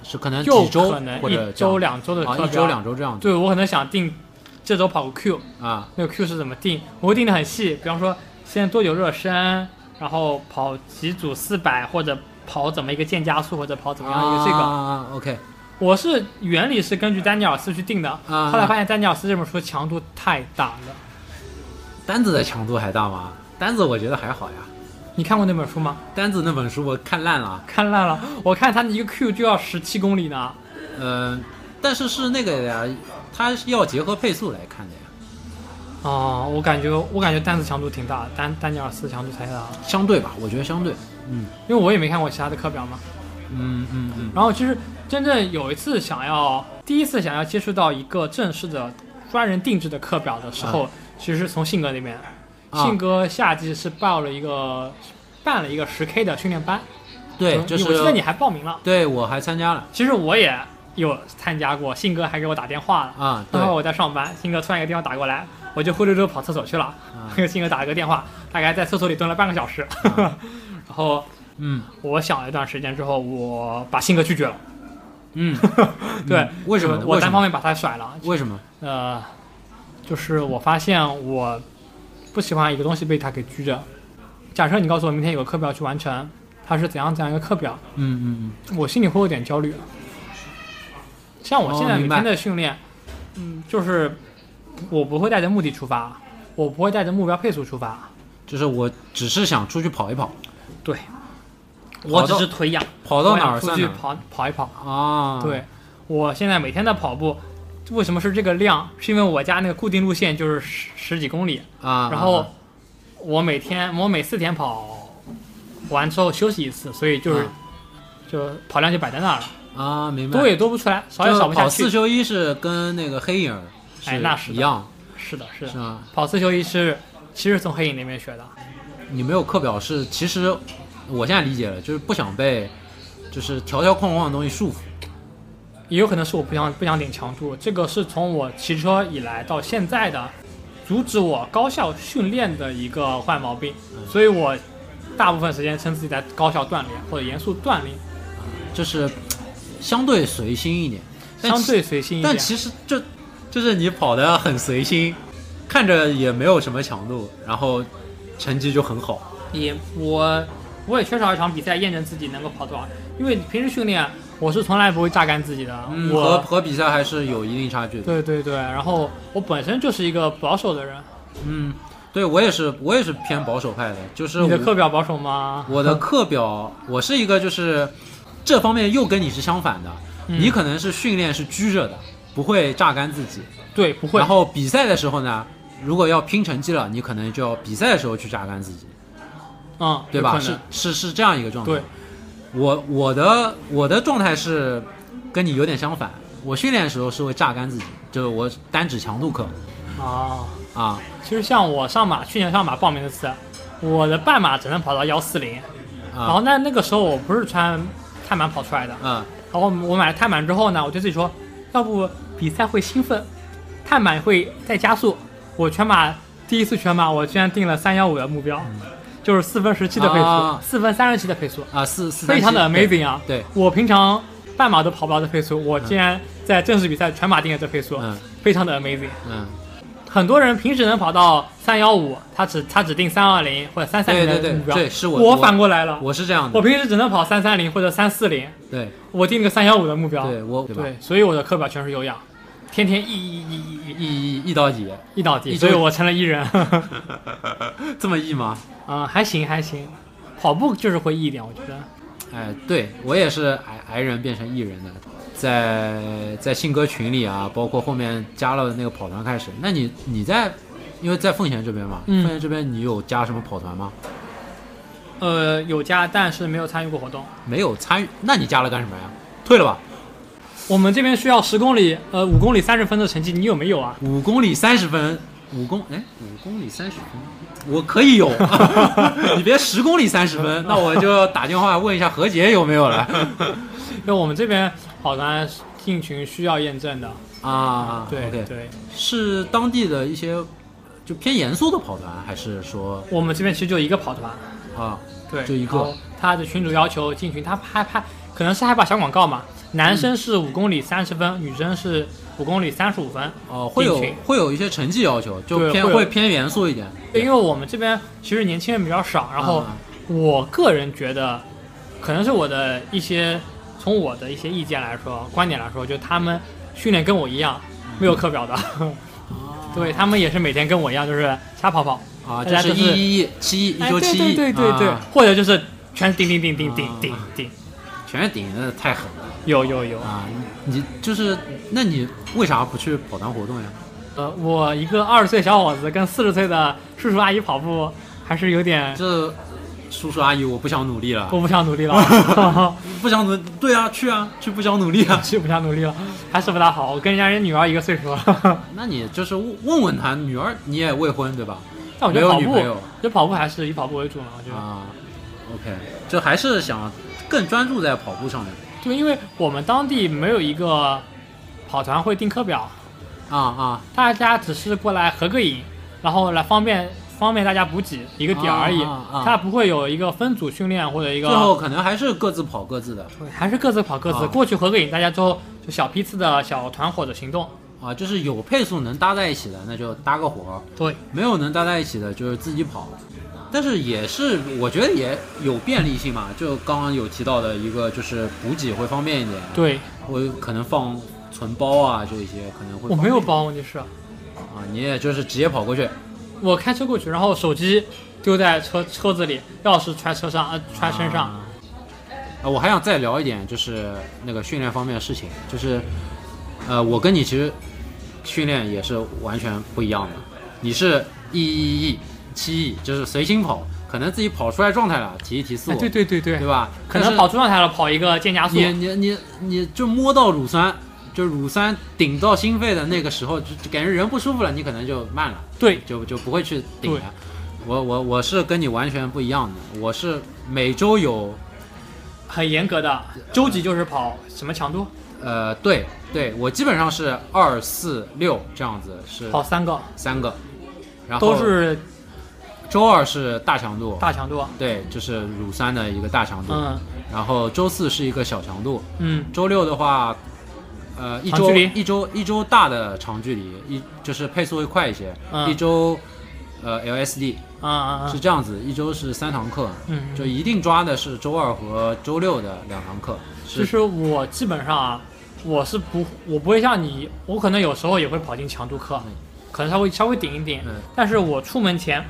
Speaker 1: 是可能
Speaker 2: 就
Speaker 1: 几周
Speaker 2: 可能
Speaker 1: 或者
Speaker 2: 一周
Speaker 1: 这样
Speaker 2: 两周的
Speaker 1: 啊
Speaker 2: 课表，
Speaker 1: 一周两周这样子
Speaker 2: 对我可能想定这周跑个 Q，
Speaker 1: 啊
Speaker 2: 那个 Q 是怎么定？我会定的很细，比方说先多久热身，然后跑几组四百，或者跑怎么一个渐加速，或者跑怎么样一个这个。
Speaker 1: 啊，OK
Speaker 2: 我是原理是根据丹尼尔斯去定的，
Speaker 1: 啊
Speaker 2: 后来发现丹尼尔斯这本书强度太大了。
Speaker 1: 单子的强度还大吗？单子我觉得还好呀，
Speaker 2: 你看过那本书吗？
Speaker 1: 单子那本书我看烂了，
Speaker 2: 看烂了，我看他一个 Q 就要十七公里呢。
Speaker 1: 嗯、但是是那个呀，它是要结合配速来看的呀，
Speaker 2: 啊、我感觉我感觉单子强度挺大，丹丹尼尔斯强度太大了，
Speaker 1: 相对吧，我觉得相对，
Speaker 2: 因为我也没看过其他的课表嘛。
Speaker 1: 嗯嗯嗯，
Speaker 2: 然后其实真正有一次想要第一次想要接触到一个正式的专人定制的课表的时候，其实是从信哥那边，
Speaker 1: 嗯啊
Speaker 2: 信哥夏季是报了一个办了一个十 K 的训练班，
Speaker 1: 对，
Speaker 2: 嗯
Speaker 1: 就是
Speaker 2: 我记得你还报名了，
Speaker 1: 对我还参加了
Speaker 2: 其实我也有参加过，信哥还给我打电话了。
Speaker 1: 啊，对
Speaker 2: 那会儿我在上班，信哥突然一个电话打过来，我就灰溜溜跑厕所去了。
Speaker 1: 啊
Speaker 2: 给、 信哥打了个电话，大概在厕所里蹲了半个小时， 然后
Speaker 1: 嗯
Speaker 2: 我想了一段时间之后，我把信哥拒绝了。
Speaker 1: 嗯，
Speaker 2: 对，
Speaker 1: 为什么呢？
Speaker 2: 我
Speaker 1: 为什
Speaker 2: 单方
Speaker 1: 么？
Speaker 2: 面把他甩了。
Speaker 1: 为什么？
Speaker 2: 呃，就是我发现我不喜欢一个东西被他给拘着。假设你告诉我明天有个课表去完成，它是怎样怎样一个课表，
Speaker 1: 嗯嗯嗯，
Speaker 2: 我心里会有点焦虑。像我现
Speaker 1: 哦
Speaker 2: 在每
Speaker 1: 明白
Speaker 2: 天的训练，嗯，就是我不会带着目的出发，我不会带着目标配速出发，
Speaker 1: 就是我只是想出去跑一跑，
Speaker 2: 对，
Speaker 1: 跑
Speaker 2: 我只
Speaker 1: 到
Speaker 2: 是腿痒，
Speaker 1: 跑
Speaker 2: 跑
Speaker 1: 到哪儿
Speaker 2: 出
Speaker 1: 算
Speaker 2: 去
Speaker 1: 哪儿
Speaker 2: 跑跑一跑。
Speaker 1: 啊，
Speaker 2: 对，我现在每天的跑步，为什么是这个量？是因为我家那个固定路线就是十十几公里，
Speaker 1: 啊，
Speaker 2: 然后我每天我每四天跑完之后休息一次，所以就是、
Speaker 1: 啊
Speaker 2: 就跑量就摆在那儿了，
Speaker 1: 啊，明白，
Speaker 2: 多也多不出来，少也少不
Speaker 1: 就是
Speaker 2: 下
Speaker 1: 跑四
Speaker 2: 去。
Speaker 1: 休一是跟那个黑影儿
Speaker 2: 哎那是
Speaker 1: 一
Speaker 2: 的
Speaker 1: 样，
Speaker 2: 是的，是
Speaker 1: 是
Speaker 2: 的，
Speaker 1: 吗？
Speaker 2: 跑四休一是其实从黑影那边学的，
Speaker 1: 你没有课表是，其实我现在理解了，就是不想被就是条条框框的东西束缚。
Speaker 2: 也有可能是我不想不想顶强度，这个是从我骑车以来到现在的阻止我高效训练的一个坏毛病，
Speaker 1: 嗯
Speaker 2: 所以我大部分时间称自己在高效锻炼或者严肃锻炼，
Speaker 1: 就是嘖相对随心一点，但
Speaker 2: 相
Speaker 1: 其
Speaker 2: 对随性一
Speaker 1: 但
Speaker 2: 点。
Speaker 1: 其实就就是你跑的很随心，看着也没有什么强度，然后成绩就很好。
Speaker 2: 也我我也缺少一场比赛验证自己能够跑多少，因为平时训练我是从来不会榨干自己的，
Speaker 1: 嗯，和
Speaker 2: 我
Speaker 1: 和比赛还是有一定差距的。
Speaker 2: 对对对，然后我本身就是一个保守的人，
Speaker 1: 嗯，对我也是，我也是偏保守派的，就是
Speaker 2: 你的
Speaker 1: 我
Speaker 2: 课表保守吗？
Speaker 1: 我的课表，我是一个就是这方面又跟你是相反的，
Speaker 2: 嗯
Speaker 1: 你可能是训练是拘着的，不会榨干自己。
Speaker 2: 对不会
Speaker 1: 然，后比赛的时候呢，如果要拼成绩了，你可能就要比赛的时候去榨干自己，
Speaker 2: 嗯，
Speaker 1: 对
Speaker 2: 有
Speaker 1: 吧？
Speaker 2: 可能
Speaker 1: 是是是这样一个状态。
Speaker 2: 对，
Speaker 1: 我我的我的状态是跟你有点相反，我训练的时候是会榨干自己，就是我单指强度课
Speaker 2: 啊。
Speaker 1: 啊，
Speaker 2: 其实像我上马，去年上马报名的次，我的半马只能跑到幺四
Speaker 1: 啊
Speaker 2: 零，然后那那个时候我不是穿碳板跑出来的，
Speaker 1: 嗯
Speaker 2: 然后我买了碳板之后呢，我对自己说，要不比赛会兴奋，碳板会再加速。我全马第一次全马，我居然定了三幺五的目标，就是四分十七的配
Speaker 1: 嗯啊
Speaker 2: 速，四、分三十七的配速，
Speaker 1: 啊四四
Speaker 2: 非常的
Speaker 1: 三七
Speaker 2: amazing 啊！
Speaker 1: 对，对
Speaker 2: 我平常半马都跑不到的配速，我竟然在正式比赛全马定了这配速，
Speaker 1: 嗯
Speaker 2: 非常的 amazing。
Speaker 1: 嗯，
Speaker 2: 很多人平时能跑到三幺五，他只他只定三二零或者三三
Speaker 1: 对对
Speaker 2: 零
Speaker 1: 对
Speaker 2: 的目标。
Speaker 1: 对，是我
Speaker 2: 我反过来了，我
Speaker 1: 我是这样的，
Speaker 2: 平时只能跑三三零或者三四零，
Speaker 1: 对
Speaker 2: 我定了个三幺五的目标。
Speaker 1: 对我对吧？
Speaker 2: 对所以我的课表全是有氧，天天一一一一一
Speaker 1: 一一一刀 几，
Speaker 2: 一到底，
Speaker 1: 一周
Speaker 2: 所以我成了艺人。 啊、
Speaker 1: 这么易吗？
Speaker 2: 还行还行，跑步就是会易一点，我觉得。
Speaker 1: 哎，对我也是矮矮人变成艺人的，在在信鸽群里啊，包括后面加了那个跑团开始。那你你在，因为在奉贤这边嘛，
Speaker 2: 嗯
Speaker 1: 奉贤这边你有加什么跑团吗？
Speaker 2: 呃，有加，但是没有参与过活动。
Speaker 1: 没有参与，那你加了干什么呀？退了吧，
Speaker 2: 我们这边需要十公里，呃，五公里三十分的成绩，你有没有啊？
Speaker 1: 五公里三十分，五公哎五公里三十分，我可以 有，你别十公里三十分，那我就打电话问一下何洁有没 有了啊
Speaker 2: 因为我们这边跑团进群需要验证的。
Speaker 1: 啊？
Speaker 2: 对、
Speaker 1: ，OK，
Speaker 2: 对，
Speaker 1: 是当地的一些就偏严肃的跑团，还是说
Speaker 2: 我们这边其实就一个跑团。
Speaker 1: 啊？
Speaker 2: 对，
Speaker 1: 就一个
Speaker 2: 然后他的群主要求进群，他拍拍，可能是害怕小广告嘛。男生是五公里三十分，女生是五公里三十五分。
Speaker 1: 哦，会有
Speaker 2: 进群
Speaker 1: 会有一些成绩要求，就
Speaker 2: 对
Speaker 1: 偏
Speaker 2: 会有
Speaker 1: 会偏严肃一点。
Speaker 2: 对，因为我们这边其实年轻人比较少，然后
Speaker 1: 啊
Speaker 2: 我个人觉得，可能是我的一些从我的一些意见来说，观点来说，就他们训练跟我一样，
Speaker 1: 嗯
Speaker 2: 没有课表
Speaker 1: 啊
Speaker 2: 的， 对他们也是每天跟我一样，就是瞎跑跑，
Speaker 1: 啊，
Speaker 2: 大
Speaker 1: 就
Speaker 2: 家
Speaker 1: 是
Speaker 2: 就是
Speaker 1: 一一七一一
Speaker 2: 哎
Speaker 1: 九
Speaker 2: 对
Speaker 1: 七
Speaker 2: 对
Speaker 1: 一，
Speaker 2: 对对对，
Speaker 1: 啊
Speaker 2: 或者就是全是叮叮叮叮叮叮
Speaker 1: 啊
Speaker 2: 叮，
Speaker 1: 全是顶的太狠了
Speaker 2: 有有有。
Speaker 1: 啊！你你就是，那你为啥不去跑团活动呀？
Speaker 2: 呃，我一个二十岁小伙子跟四十岁的叔叔阿姨跑步，还是有点，
Speaker 1: 这叔叔阿姨，我不想努力了，
Speaker 2: 我不想努力了，
Speaker 1: 不想努，对啊，去啊，去不想努力啊。
Speaker 2: 是不想努力了，还是不大好。我跟人家人女儿一个岁数了，
Speaker 1: 那你就是问问他女儿，你也未婚对吧？
Speaker 2: 但我
Speaker 1: 没
Speaker 2: 觉得
Speaker 1: 有
Speaker 2: 跑
Speaker 1: 女朋
Speaker 2: 步
Speaker 1: 友，
Speaker 2: 就跑步还是以跑步为主嘛，我觉得。
Speaker 1: 啊？OK，就还是想更专注在跑步上面
Speaker 2: 对，因为我们当地没有一个跑团会定课表，
Speaker 1: 啊啊，
Speaker 2: 大家只是过来合个影，然后来方便方便大家补给一个点儿而已，
Speaker 1: 啊啊啊
Speaker 2: 它不会有一个分组训练或者一个
Speaker 1: 最后可能还是各自跑各自的。
Speaker 2: 对还是各自跑各自，
Speaker 1: 啊
Speaker 2: 过去合个影，大家之后就小批次的小团伙的行动。
Speaker 1: 啊，就是有配速能搭在一起的，那就搭个伙儿；
Speaker 2: 对，
Speaker 1: 没有能搭在一起的，就是自己跑。但是也是，我觉得也有便利性嘛。就刚刚有提到的一个，就是补给会方便一点。，
Speaker 2: 对，
Speaker 1: 我可能放存包啊，这一些可能会
Speaker 2: 我
Speaker 1: 方便。
Speaker 2: 没有包，问题是，
Speaker 1: 啊，你也就是直接跑过去
Speaker 2: 我开车过去，然后手机丢在车车子里，钥匙揣车上，呃，揣身上。
Speaker 1: 啊啊我还想再聊一点，就是那个训练方面的事情，就是呃，我跟你其实训练也是完全不一样的。你是一一一七一，就是随心跑，可能自己跑出来状态了，提一提速，
Speaker 2: 哎，对对对对，
Speaker 1: 对吧？
Speaker 2: 可能跑出状态了，跑一个肩胛
Speaker 1: 但
Speaker 2: 速
Speaker 1: 是。你你你你就摸到乳酸，就乳酸顶到心肺的那个时候，就就感觉人不舒服了，你可能就慢了。
Speaker 2: 对，
Speaker 1: 就就不会去顶
Speaker 2: 对
Speaker 1: 了。我我我是跟你完全不一样的，我是每周有
Speaker 2: 很严格的，
Speaker 1: 嗯
Speaker 2: 周几就是跑什么强度，
Speaker 1: 呃，对对，我基本上是二四六这样子是
Speaker 2: 跑三个，
Speaker 1: 三个，然后
Speaker 2: 都是
Speaker 1: 周二是大强度，
Speaker 2: 大强度。
Speaker 1: 对，就是乳酸的一个大强度，
Speaker 2: 嗯
Speaker 1: 然后周四是一个小强度，
Speaker 2: 嗯，
Speaker 1: 周六的话，呃，一
Speaker 2: 长
Speaker 1: 周
Speaker 2: 距离
Speaker 1: 一周一周大的长距离，一就是配速会快一些，
Speaker 2: 嗯
Speaker 1: 一周呃 LSD
Speaker 2: 啊啊啊
Speaker 1: 是！这样子，一周是三堂课，
Speaker 2: 嗯，
Speaker 1: 就一定抓的是周二和周六的两堂课。
Speaker 2: 其
Speaker 1: 是
Speaker 2: 实我基本上啊，我是不，我不会像你，我可能有时候也会跑进强度课
Speaker 1: 嗯，
Speaker 2: 可能稍微稍微顶一顶
Speaker 1: 嗯，
Speaker 2: 但是我出门前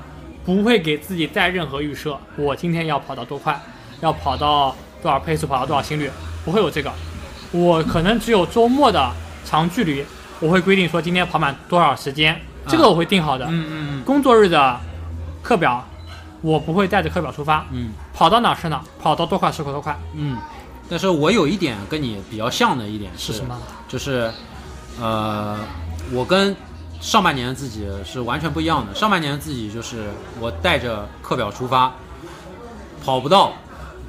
Speaker 2: 不会给自己带任何预设，我今天要跑到多快，要跑到多少配速，跑到多少心率，不会有这个。我可能只有周末的长距离，我会规定说今天跑满多少时间，这
Speaker 1: 啊
Speaker 2: 个我会定好的。
Speaker 1: 嗯嗯
Speaker 2: 工作日的课表，我不会带着课表出发，
Speaker 1: 嗯
Speaker 2: 跑到哪儿是哪儿，跑到多快是多快。
Speaker 1: 嗯。但是我有一点跟你比较像的一点
Speaker 2: 是什么？
Speaker 1: 就是，呃，我跟上半年自己是完全不一样的。上半年自己就是我带着课表出发，跑不到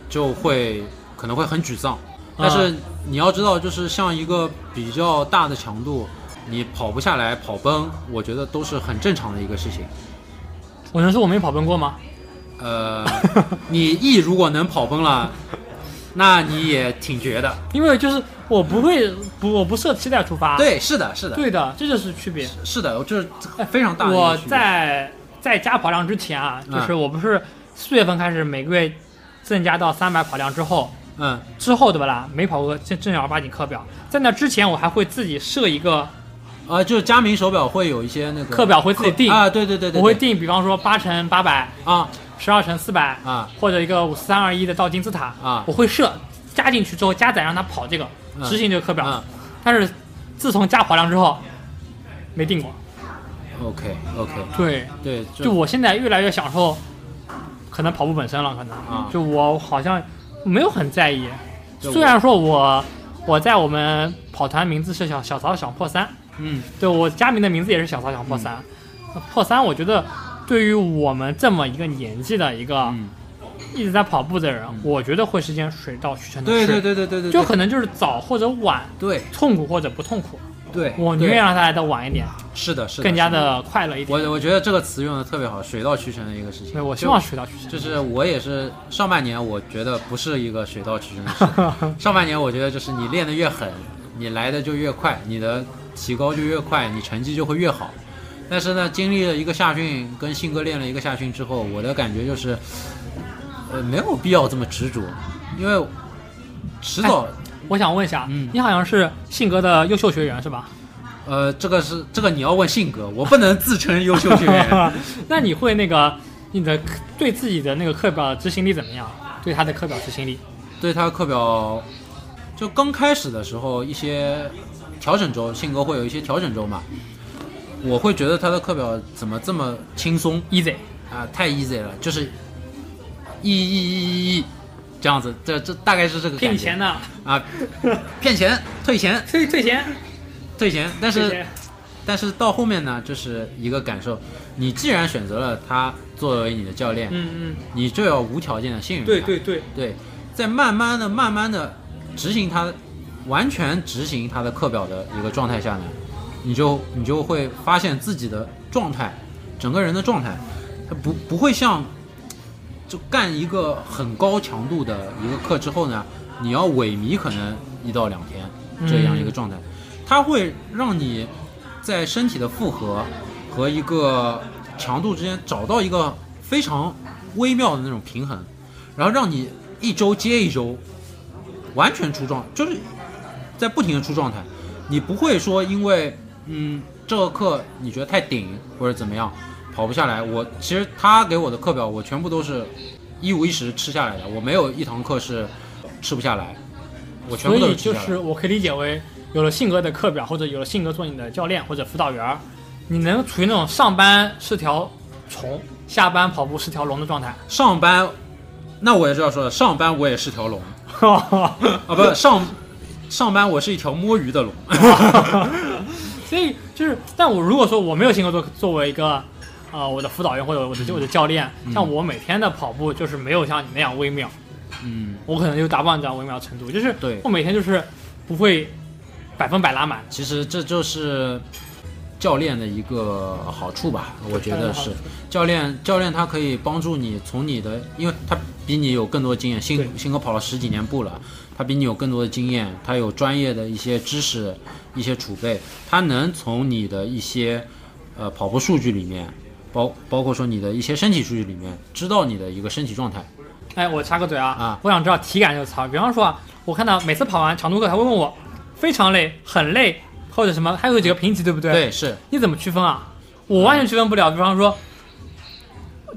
Speaker 1: 就会可能会很沮丧。但
Speaker 2: 嗯
Speaker 1: 是你要知道，就是像一个比较大的强度，你跑不下来、跑崩，我觉得都是很正常的一个事情。
Speaker 2: 我能说我没跑崩过吗？
Speaker 1: 呃，你 E 如果能跑崩了，那你也挺绝的。
Speaker 2: 因为就是我不会不我不设期待出发，
Speaker 1: 对，是的，是的，
Speaker 2: 对的，这就是区别。
Speaker 1: 是的，就是非常大的一
Speaker 2: 我
Speaker 1: 个区别。
Speaker 2: 在在加跑量之前啊，
Speaker 1: 嗯
Speaker 2: 就是我不是四月份开始每个月增加到三百跑量之后，
Speaker 1: 嗯。
Speaker 2: 之后对吧啦？没跑过正正儿八经课表，在那之前我还会自己设一个
Speaker 1: 啊，就是佳明手表会有一些那个
Speaker 2: 课表会自己
Speaker 1: 课
Speaker 2: 定
Speaker 1: 啊，对对对对，
Speaker 2: 我会
Speaker 1: 对
Speaker 2: 定，比方说八乘八百、
Speaker 1: 啊
Speaker 2: 十二乘四百
Speaker 1: 啊
Speaker 2: 或者一个五三二一的倒金字塔
Speaker 1: 啊
Speaker 2: 我会设加进去之后加载让它跑这个
Speaker 1: 嗯
Speaker 2: 执行这个课表，
Speaker 1: 啊
Speaker 2: 但是自从加跑量之后没定过。
Speaker 1: ，OK OK，
Speaker 2: 对，
Speaker 1: 嗯对，就
Speaker 2: 就我现在越来越享受，可能跑步本身了，可能、
Speaker 1: 啊
Speaker 2: 就我好像没有很在意。
Speaker 1: 就我
Speaker 2: 虽然说我我在我们跑团名字是小小曹想破三，
Speaker 1: 嗯
Speaker 2: 对我佳明的名字也是小曹想破三，破三我觉得对于我们这么一个年纪的一个、
Speaker 1: 嗯，
Speaker 2: 一直在跑步的人，我觉得会是件水到渠成的
Speaker 1: 对
Speaker 2: 事。
Speaker 1: 对对对对对，
Speaker 2: 就
Speaker 1: 对
Speaker 2: 可能就是早或者晚，
Speaker 1: 对
Speaker 2: 痛苦或者不痛苦，
Speaker 1: 对，
Speaker 2: 我宁愿
Speaker 1: 对
Speaker 2: 让它来的晚一点，
Speaker 1: 是的，是的，
Speaker 2: 更加
Speaker 1: 是的，
Speaker 2: 的快乐一点。
Speaker 1: 我我觉得这个词用的特别好，水到渠成的一个事情。
Speaker 2: 对，我希
Speaker 1: 就
Speaker 2: 望水到渠成。
Speaker 1: 就是我也是上半年，我觉得不是一个水到渠成的事。上半年我觉得就是你练得越狠，你来的就越快，你的提高就越快，你成绩就会越好。但是呢，经历了一个夏训，跟信哥练了一个夏训之后，我的感觉就是，呃，没有必要这么执着，因为迟早，
Speaker 2: 我想问一下，
Speaker 1: 嗯
Speaker 2: 你好像是信哥的优秀学员是吧？
Speaker 1: 呃，这个是这个你要问信哥，我不能自称优秀学员。
Speaker 2: 那你会那个你的对自己的那个课表执行力怎么样？对他的课表执行力？
Speaker 1: 对他课表，就刚开始的时候一些调整周，信哥会有一些调整周嘛，我会觉得他的课表怎么这么轻松
Speaker 2: easy
Speaker 1: 啊、太 easy 了，就是一一一一一这样子，这这大概是这个
Speaker 2: 骗
Speaker 1: 感
Speaker 2: 你
Speaker 1: 觉
Speaker 2: 钱的，
Speaker 1: 啊，骗钱退钱
Speaker 2: 退退钱，
Speaker 1: 退钱，但
Speaker 2: 退
Speaker 1: 是
Speaker 2: 钱。
Speaker 1: 但是到后面呢，就是一个感受，你既然选择了他作为你的教练，
Speaker 2: 嗯嗯，
Speaker 1: 你就要无条件的信任他。
Speaker 2: 对对对，
Speaker 1: 对，在慢慢的、慢慢的执行它，完全执行它的课表的一个状态下呢，你就你就会发现自己的状态，整个人的状态，它不不会像就干一个很高强度的一个课之后呢，你要萎靡可能一到两天这样一个状态，它会让你在身体的负荷和一个强度之间找到一个非常微妙的那种平衡，然后让你一周接一周完全出状，就是在不停的出状态，你不会说因为嗯这个课你觉得太顶或者怎么样跑不下来。我其实他给我的课表我全部都是一五一十吃下来的，我没有一堂课是吃不下来，我全
Speaker 2: 所
Speaker 1: 部都是
Speaker 2: 以
Speaker 1: 吃
Speaker 2: 就
Speaker 1: 下来的。
Speaker 2: 是我可以理解为，有了性格的课表，或者有了性格做你的教练或者辅导员儿，你能处于那种上班是条虫，下班跑步是条龙的状态。
Speaker 1: 上班，那我也就要说了，上班我也是条龙啊，不上上班我是一条摸鱼 的龙。
Speaker 2: 所以就是，但我如果说我没有性格做作为一个，呃，我的辅导员或者我的我的教练，像我每天的跑步就是没有像你那样微妙，
Speaker 1: 嗯，
Speaker 2: 我可能就达不到你这样微妙程度，就是
Speaker 1: 对
Speaker 2: 我每天就是不会百分百拉满。
Speaker 1: 其实这就是教练的一个好处吧，我觉得是教练教练他可以帮助你从你的，因为他比你有更多经验，
Speaker 2: 对
Speaker 1: 新新哥跑了十几年步了，他比你有更多的经验，他有专业的一些知识、一些储备，他能从你的一些呃跑步数据里面，包包括说你的一些身体数据里面，知道你的一个身体状态。
Speaker 2: 哎，我插个嘴啊，
Speaker 1: 啊
Speaker 2: 我想知道体感这个词儿。比方说啊，我看到每次跑完长途课，他会问我非常累、很累，或者什么，还有几个评级，对不对？，
Speaker 1: 对，是
Speaker 2: 你怎么区分啊？我完全区分不了。比方说，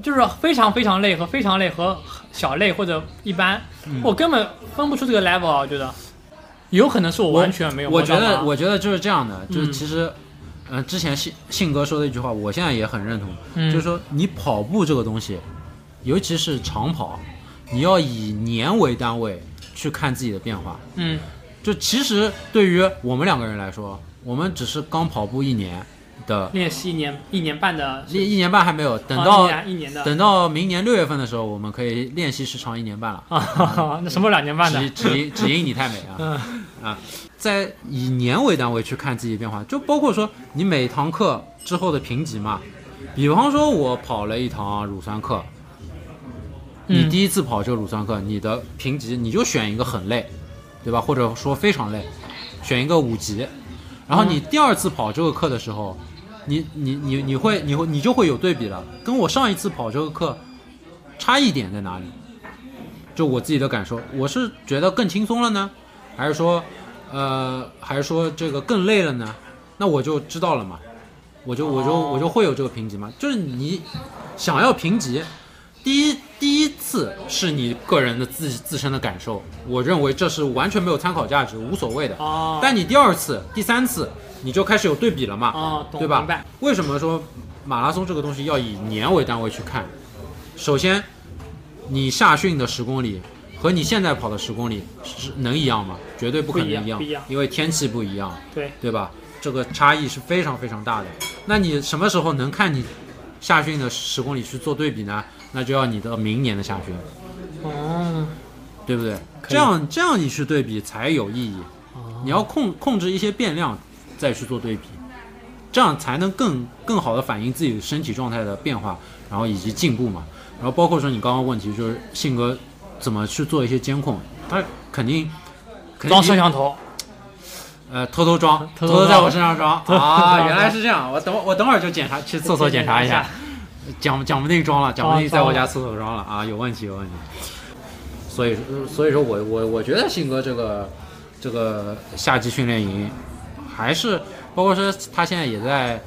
Speaker 2: 就是非常非常累和非常累和小累或者一般，
Speaker 1: 嗯
Speaker 2: 我根本分不出这个 level 啊。我觉得，有可能是我完全没有
Speaker 1: 我
Speaker 2: 摸
Speaker 1: 觉
Speaker 2: 到它。
Speaker 1: 得，我觉得就是这样的，就是
Speaker 2: 嗯
Speaker 1: 其实，嗯、之前信信哥说的一句话，我现在也很认同，
Speaker 2: 嗯
Speaker 1: 就是说你跑步这个东西，尤其是长跑，你要以年为单位去看自己的变化。
Speaker 2: 嗯
Speaker 1: 就其实对于我们两个人来说，我们只是刚跑步一年的，
Speaker 2: 练习一年一年半的，
Speaker 1: 一一年半还没有，等
Speaker 2: 啊
Speaker 1: 到、
Speaker 2: 一年一年的
Speaker 1: 等到明年六月份的时候，我们可以练习时长一年半了。
Speaker 2: 啊， 那什么两年半的嗯
Speaker 1: 只？只因只因你太美啊！啊，在以年为单位去看自己变化，就包括说你每堂课之后的评级嘛。比方说，我跑了一堂乳酸课，你
Speaker 2: 嗯
Speaker 1: 第一次跑这个乳酸课，你的评级你就选一个很累，对吧？或者说非常累，选一个五级。然后
Speaker 2: 嗯
Speaker 1: 你第二次跑这个课的时候，你你你你会你会你就会有对比了，跟我上一次跑这个课差异点在哪里？就我自己的感受，我是觉得更轻松了呢，还是说，呃，还是说这个更累了呢？那我就知道了嘛，我就我就我就会有这个评级嘛。就是你想要评级，第一第一次是你个人的自自身的感受，我认为这是完全没有参考价值，无所谓的。
Speaker 2: 哦
Speaker 1: 但你第二次、第三次，你就开始有对比了嘛，
Speaker 2: 哦，懂
Speaker 1: 对吧
Speaker 2: 明白。？
Speaker 1: 为什么说马拉松这个东西要以年为单位去看？首先，你夏训的十公里和你现在跑的十公里是能一样吗？绝对不可能
Speaker 2: 不一样不一样
Speaker 1: 因为天气不一样，
Speaker 2: 对，
Speaker 1: 对吧？这个差异是非常非常大的。那你什么时候能看你夏训的十公里去做对比呢？那就要你的明年的夏训，
Speaker 2: 哦，
Speaker 1: 对不对？
Speaker 2: 可
Speaker 1: 这
Speaker 2: 以哦
Speaker 1: 样这样你去对比才有意义。你要控控制一些变量，再去做对比，这样才能更更好的反映自己身体状态的变化，然后以及进步嘛。然后包括说你刚刚问题就是性格怎么去做一些监控，他肯定肯定
Speaker 2: 装摄像头，
Speaker 1: 呃，偷偷装，
Speaker 2: 偷偷
Speaker 1: 偷在
Speaker 2: 装
Speaker 1: 我身上装
Speaker 2: 偷
Speaker 1: 啊！
Speaker 2: 装
Speaker 1: 原来是这样，我等我等会儿就检查去厕所检查一下，讲讲不定装了，讲不定在我家厕所装了啊，有问题有问题。所以呃所以说我我我觉得信哥这个这个夏季训练营还是包括说他现在也在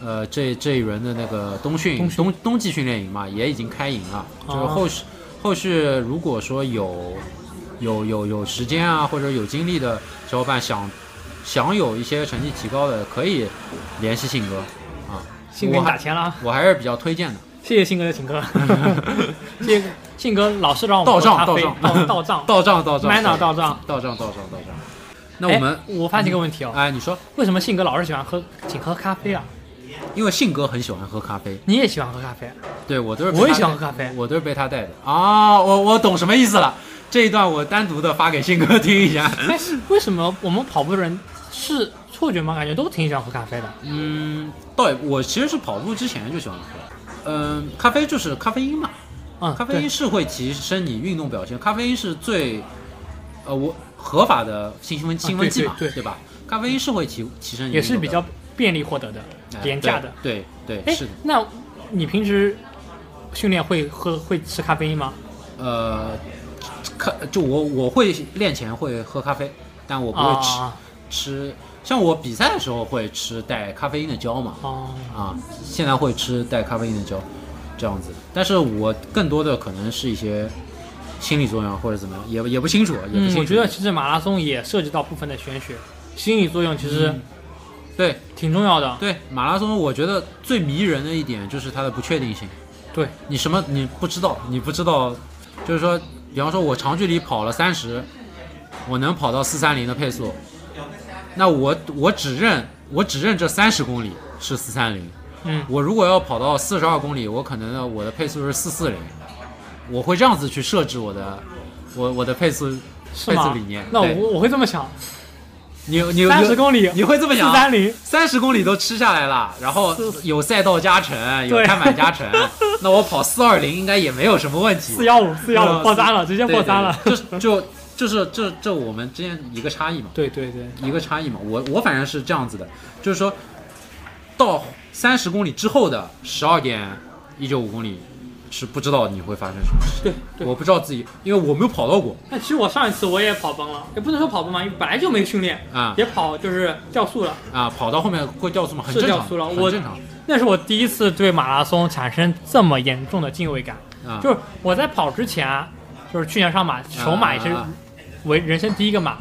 Speaker 1: 呃这这一轮的那个冬训
Speaker 2: 冬
Speaker 1: 冬
Speaker 2: 训
Speaker 1: 冬季训练营嘛，也已经开营了，就是
Speaker 2: 哦
Speaker 1: 后续后续如果说有有有有时间啊，或者有精力的小伙伴想想有一些成绩提高的，可以联系信哥啊。
Speaker 2: 信哥你
Speaker 1: 我
Speaker 2: 打
Speaker 1: 还
Speaker 2: 钱了啊。
Speaker 1: 我还是比较推荐的。
Speaker 2: 谢谢信哥 的请客，谢谢信哥老是让我们
Speaker 1: 到账
Speaker 2: 喝
Speaker 1: 到
Speaker 2: 哦咖啡
Speaker 1: 账
Speaker 2: 到到账
Speaker 1: 到账到账
Speaker 2: m a n a 到账。
Speaker 1: 到账到账到账。那我们
Speaker 2: 哎我发现一个问题哦，
Speaker 1: 哎，你说，
Speaker 2: 为什么信哥老是喜欢喝请喝咖啡啊？
Speaker 1: 因为信哥很喜欢喝咖啡，
Speaker 2: 你也喜欢喝咖啡，啊
Speaker 1: 对我都是被
Speaker 2: 我也
Speaker 1: 他
Speaker 2: 喜欢
Speaker 1: 带
Speaker 2: 喝咖啡。
Speaker 1: 我都是被他带的啊。我我懂什么意思了。这一段我单独的发给信哥听一下。
Speaker 2: 哎，为什么我们跑步的人是错觉吗？感觉都挺喜欢喝咖啡的。
Speaker 1: 嗯，倒也我其实是跑步之前就喜欢喝，嗯，咖啡就是咖啡因嘛，
Speaker 2: 嗯，
Speaker 1: 咖啡因
Speaker 2: 对
Speaker 1: 是会提升你运动表现，咖啡因是最，呃，我合法的兴奋兴奋剂嘛，
Speaker 2: 啊对对对
Speaker 1: 吧？咖啡因是会提提升你运动表
Speaker 2: 也
Speaker 1: 现，
Speaker 2: 是比较便利获得的，
Speaker 1: 哎
Speaker 2: 廉价的。，
Speaker 1: 对对
Speaker 2: 哎
Speaker 1: 对是的，，
Speaker 2: 那你平时训练会喝会吃咖啡因吗？
Speaker 1: 呃，咖就我我会练前会喝咖啡，但我不会吃、
Speaker 2: 啊
Speaker 1: 吃，像我比赛的时候会吃带咖啡因的胶嘛，
Speaker 2: 哦，
Speaker 1: 啊，现在会吃带咖啡因的胶，这样子。但是我更多的可能是一些心理作用啊或者怎么样，也也不清楚，啊也不清
Speaker 2: 嗯，
Speaker 1: 楚。
Speaker 2: 我觉得其实马拉松也涉及到部分的玄学，心理作用其实
Speaker 1: 嗯对
Speaker 2: 挺重要的。
Speaker 1: 对，马拉松我觉得最迷人的一点就是它的不确定性。
Speaker 2: 对，
Speaker 1: 你什么你不知道，你不知道，就是说，比方说我长距离跑了三十，我能跑到四三零的配速，那我我只认我只认这三十公里是四三零，
Speaker 2: 嗯，
Speaker 1: 我如果要跑到四十二公里，我可能呢我的配速是四四零，我会这样子去设置我的我我的配速
Speaker 2: 是
Speaker 1: 配速
Speaker 2: 吗
Speaker 1: 理念？。
Speaker 2: 那
Speaker 1: 对
Speaker 2: 我我会这么想，
Speaker 1: 你你
Speaker 2: 三
Speaker 1: 你
Speaker 2: 十公里，
Speaker 1: 你会这么想
Speaker 2: 四
Speaker 1: 啊？
Speaker 2: 三零，
Speaker 1: 三十公里都吃下来了，然后有赛道加成，有
Speaker 2: 对
Speaker 1: 看板加 成，那我跑四二零应该也没有什么问题。
Speaker 2: 四幺五，四幺五
Speaker 1: 嗯
Speaker 2: 破三了，直接
Speaker 1: 对
Speaker 2: 破三了。
Speaker 1: 对对 就就就是这这我们之间一个差异嘛，
Speaker 2: 对对对，
Speaker 1: 一个差异嘛。我我反正是这样子的，就是说，到三十公里之后的十二点一九五公里是不知道你会发生什么事。
Speaker 2: 对对
Speaker 1: 我不知道自己，因为我没有跑到过
Speaker 2: 那其实我上一次我也跑崩了，也不能说跑崩嘛，因为本来就没训练，
Speaker 1: 啊
Speaker 2: 也跑就是掉速了。
Speaker 1: 啊，跑到后面会掉速吗？很
Speaker 2: 是
Speaker 1: 正
Speaker 2: 掉
Speaker 1: 常，
Speaker 2: 速了
Speaker 1: 很
Speaker 2: 我
Speaker 1: 正常
Speaker 2: 那是我第一次对马拉松产生这么严重的敬畏感。
Speaker 1: 啊。
Speaker 2: 就是我在跑之前啊，就是去年上马首马也是
Speaker 1: 啊
Speaker 2: 为人生第一个马，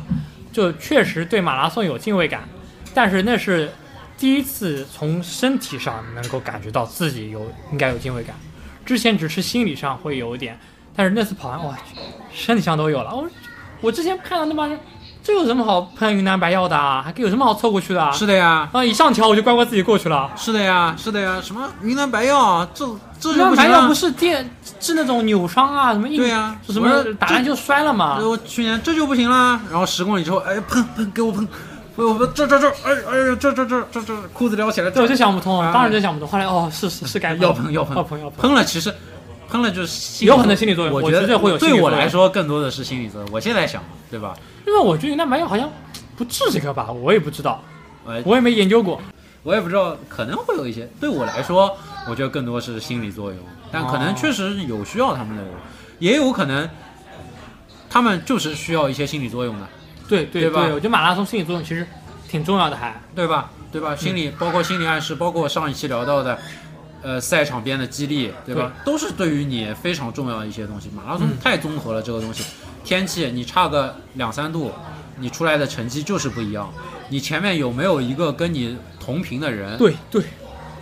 Speaker 2: 就确实对马拉松有敬畏感，但是那是第一次从身体上能够感觉到自己有应该有敬畏感，之前只是心理上会有一点，但是那次跑完哇，身体上都有了。哦我我之前看到那帮人，这有什么好喷云南白药的啊？还有什么好凑过去的啊？
Speaker 1: 是的呀，
Speaker 2: 啊，一上桥我就乖乖自己过去了。
Speaker 1: 是的呀，是的呀，什么云南白药啊，这这就
Speaker 2: 那
Speaker 1: 不
Speaker 2: 白
Speaker 1: 行
Speaker 2: 药
Speaker 1: 啊
Speaker 2: 不是电治那种扭伤啊，什么硬
Speaker 1: 对呀
Speaker 2: 什
Speaker 1: 我
Speaker 2: 么
Speaker 1: 说
Speaker 2: 打篮球摔了嘛
Speaker 1: 哎，我去年这就不行啦，然后十公里之后，哎，喷喷，给我喷，我我这这这，哎哎，这这这这这裤子撩起来，
Speaker 2: 对，
Speaker 1: 这
Speaker 2: 我就想不通，
Speaker 1: 啊
Speaker 2: 当时就想不通。后来哦，是是是该
Speaker 1: 要喷要喷
Speaker 2: 要喷要喷，
Speaker 1: 喷了，其实喷了就是心理
Speaker 2: 有可能心理作用
Speaker 1: 我
Speaker 2: 我
Speaker 1: 觉
Speaker 2: 觉得会有心理
Speaker 1: 对我
Speaker 2: 作用
Speaker 1: 来说更多的是心理作用。我现在想，对吧？
Speaker 2: 因为我觉得云南白药好像不治这个吧，我也不知道，
Speaker 1: 呃，
Speaker 2: 我也没研究过。
Speaker 1: 我也不知道，可能会有一些。对我来说，我觉得更多是心理作用，但可能确实有需要他们的人，也有可能他们就是需要一些心理作用的，
Speaker 2: 对对
Speaker 1: 对吧
Speaker 2: 我觉得马拉松心理作用其实挺重要的，还
Speaker 1: 对吧？对
Speaker 2: 嗯
Speaker 1: 吧？心理、包括心理暗示，包括上一期聊到的。呃，赛场边的激励，对吧？都是对于你非常重要的一些东西。马拉松
Speaker 2: 嗯
Speaker 1: 太综合了，这个东西，天气你差个两三度，你出来的成绩就是不一样。你前面有没有一个跟你同频的人，
Speaker 2: 对对，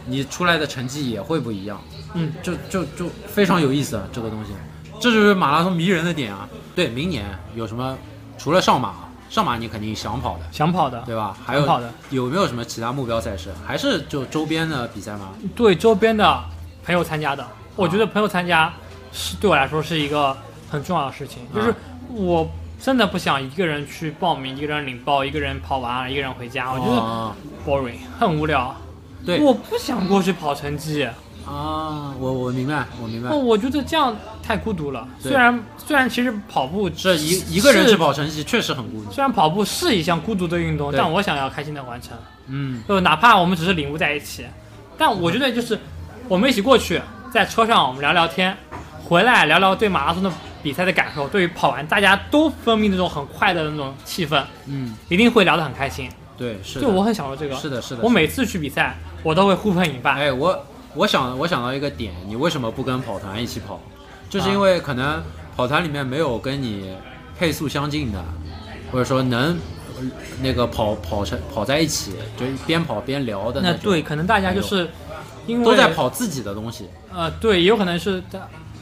Speaker 1: 你出来的成绩也会不一样。
Speaker 2: 嗯，
Speaker 1: 就就就非常有意思啊，这个东西，这就是马拉松迷人的点啊。对，明年有什么？除了上马，上马你肯定想跑的，
Speaker 2: 想跑的，
Speaker 1: 对吧？还
Speaker 2: 想跑
Speaker 1: 有
Speaker 2: 的，
Speaker 1: 有没有什么其他目标赛事？还是就周边的比赛吗？
Speaker 2: 对周边的朋友参加
Speaker 1: 啊
Speaker 2: 的，我觉得朋友参加是对我来说是一个很重要的事情，就是
Speaker 1: 啊
Speaker 2: 我真的不想一个人去报名，一个人领报，一个人跑完了，一个人回家，我觉得
Speaker 1: 啊
Speaker 2: boring，很无聊。
Speaker 1: 对
Speaker 2: 我不想过去跑成绩，
Speaker 1: 啊，我我明白，我明白
Speaker 2: 哦，。我觉得这样太孤独了。
Speaker 1: 对
Speaker 2: 虽然虽然其实跑步
Speaker 1: 这一一个人
Speaker 2: 是
Speaker 1: 去，跑成绩确实很孤独。
Speaker 2: 虽然跑步是一项孤独的运动，
Speaker 1: 对
Speaker 2: 但我想要开心的完成，
Speaker 1: 嗯，
Speaker 2: 就哪怕我们只是领悟在一起，但我觉得就是我们一起过去，在车上我们聊聊天，回来聊聊对马拉松的比赛的感受，对于跑完大家都分泌那种很快乐的那种气氛，
Speaker 1: 嗯，
Speaker 2: 一定会聊得很开心。
Speaker 1: 对，是的
Speaker 2: 对，我很享受这个。
Speaker 1: 是的，是的。
Speaker 2: 我每次去比赛，我都会呼朋引伴。
Speaker 1: 哎，我我想我想到一个点，你为什么不跟跑团一起跑？就是
Speaker 2: 啊
Speaker 1: 因为可能跑团里面没有跟你配速相近的，或者说能呃那个跑跑成跑在一起，就是边跑边聊的
Speaker 2: 那
Speaker 1: 种
Speaker 2: 对，，可能大家就是因为
Speaker 1: 哎都在跑自己的东西
Speaker 2: 呃，对，也有可能是他，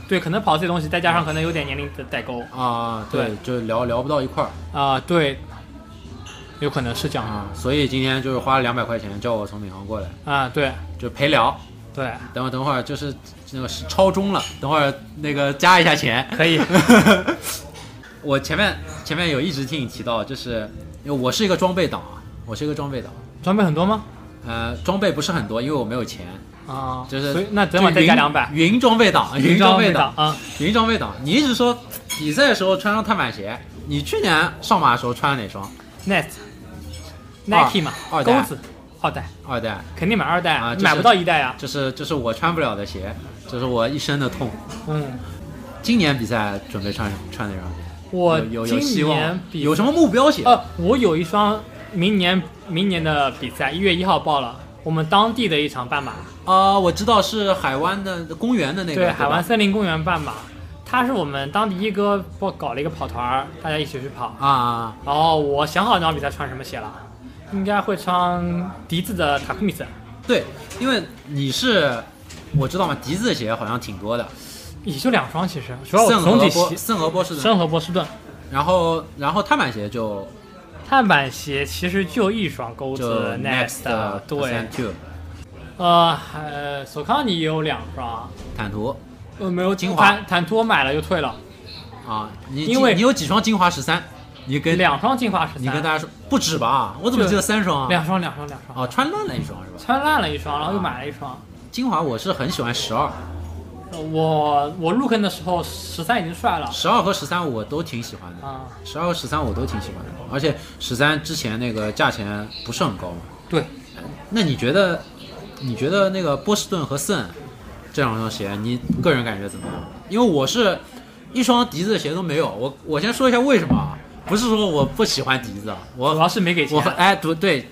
Speaker 2: 对，可能跑这些东西，再加上可能有点年龄的代沟
Speaker 1: 啊，
Speaker 2: 对，
Speaker 1: 就聊聊不到一块儿
Speaker 2: 啊、对，有可能是这样啊、
Speaker 1: 啊，所以今天就是花了两百块钱叫我从闵行过来，
Speaker 2: 啊对
Speaker 1: 就陪聊。
Speaker 2: 对，
Speaker 1: 等会等会儿就是那个是超钟了，等会儿那个加一下钱。
Speaker 2: 可以，
Speaker 1: 我前面前面有一直听你提到，就是因为我是一个装备党啊，我是一个装备党，
Speaker 2: 装备很多吗？
Speaker 1: 呃，装备不是很多，因为我没有钱，
Speaker 2: 啊、
Speaker 1: 就是
Speaker 2: 所以那等会儿再加两百，
Speaker 1: 云云装备 党，云装备党，
Speaker 2: 啊、
Speaker 1: 云装备党。你一直说比赛的时候穿上碳板鞋，你去年上马的时候穿了哪双？
Speaker 2: n e x Nike 嘛，
Speaker 1: 二代
Speaker 2: 钩子，二代
Speaker 1: 二代，
Speaker 2: 肯定买二代
Speaker 1: 啊就是
Speaker 2: 买不到一代啊，
Speaker 1: 这是这是我穿不了的鞋，这是我一生的痛。
Speaker 2: 嗯，
Speaker 1: 今年比赛准备穿穿哪双鞋？
Speaker 2: 我
Speaker 1: 有有有
Speaker 2: 今
Speaker 1: 希
Speaker 2: 年
Speaker 1: 望，
Speaker 2: 比
Speaker 1: 有什么目标鞋？
Speaker 2: 呃，我有一双明年明年的比赛，一月一号报了，我们当地的一场半马，
Speaker 1: 啊，我知道是海湾的公园的那个，
Speaker 2: 对，
Speaker 1: 吧
Speaker 2: 海湾森林公园半马，它是我们当地一哥不搞了一个跑团儿，大家一起去跑。
Speaker 1: 啊啊。啊
Speaker 2: 然后我想好那场比赛穿什么鞋了，应该会穿笛子的塔克米斯，
Speaker 1: 对，因为你是，我知道嘛，笛子鞋好像挺多的，
Speaker 2: 也就两双其实，主要我
Speaker 1: 圣
Speaker 2: 总
Speaker 1: 和
Speaker 2: 体
Speaker 1: 波
Speaker 2: 鞋
Speaker 1: 圣和波士顿，
Speaker 2: 圣和波士顿
Speaker 1: 然后然后碳板鞋就
Speaker 2: 碳板鞋其实就一双钩
Speaker 1: 就
Speaker 2: 子
Speaker 1: Next 呃的
Speaker 2: 对
Speaker 1: Two
Speaker 2: 呃还索康尼也有两双，
Speaker 1: 坦途
Speaker 2: 呃没有
Speaker 1: 精华
Speaker 2: 坦坦途我买了又退了，
Speaker 1: 啊，你
Speaker 2: 因为
Speaker 1: 你有几双精华十三？你跟
Speaker 2: 两双进化十
Speaker 1: 你跟
Speaker 2: 三，
Speaker 1: 大家说不止吧？我怎么记得三双啊？
Speaker 2: 两双两双两双，
Speaker 1: 哦，穿烂了一双是吧？
Speaker 2: 穿烂了一双，然后又买了一双。
Speaker 1: 精华我是很喜欢十二，
Speaker 2: 呃我我入坑的时候十三已经帅了
Speaker 1: 十二和十三我都挺喜欢的，
Speaker 2: 啊，
Speaker 1: 十二和十三我都挺喜欢的，而且十三之前那个价钱不是很高嘛。
Speaker 2: 对，
Speaker 1: 那你觉得你觉得那个波士顿和 Sun 这两双鞋，你个人感觉怎么样？因为我是一双笛子的鞋都没有。我我先说一下为什么，啊，不是说我不喜欢笛子，啊我
Speaker 2: 主要是没给
Speaker 1: 我
Speaker 2: 钱
Speaker 1: 很，哎，对对，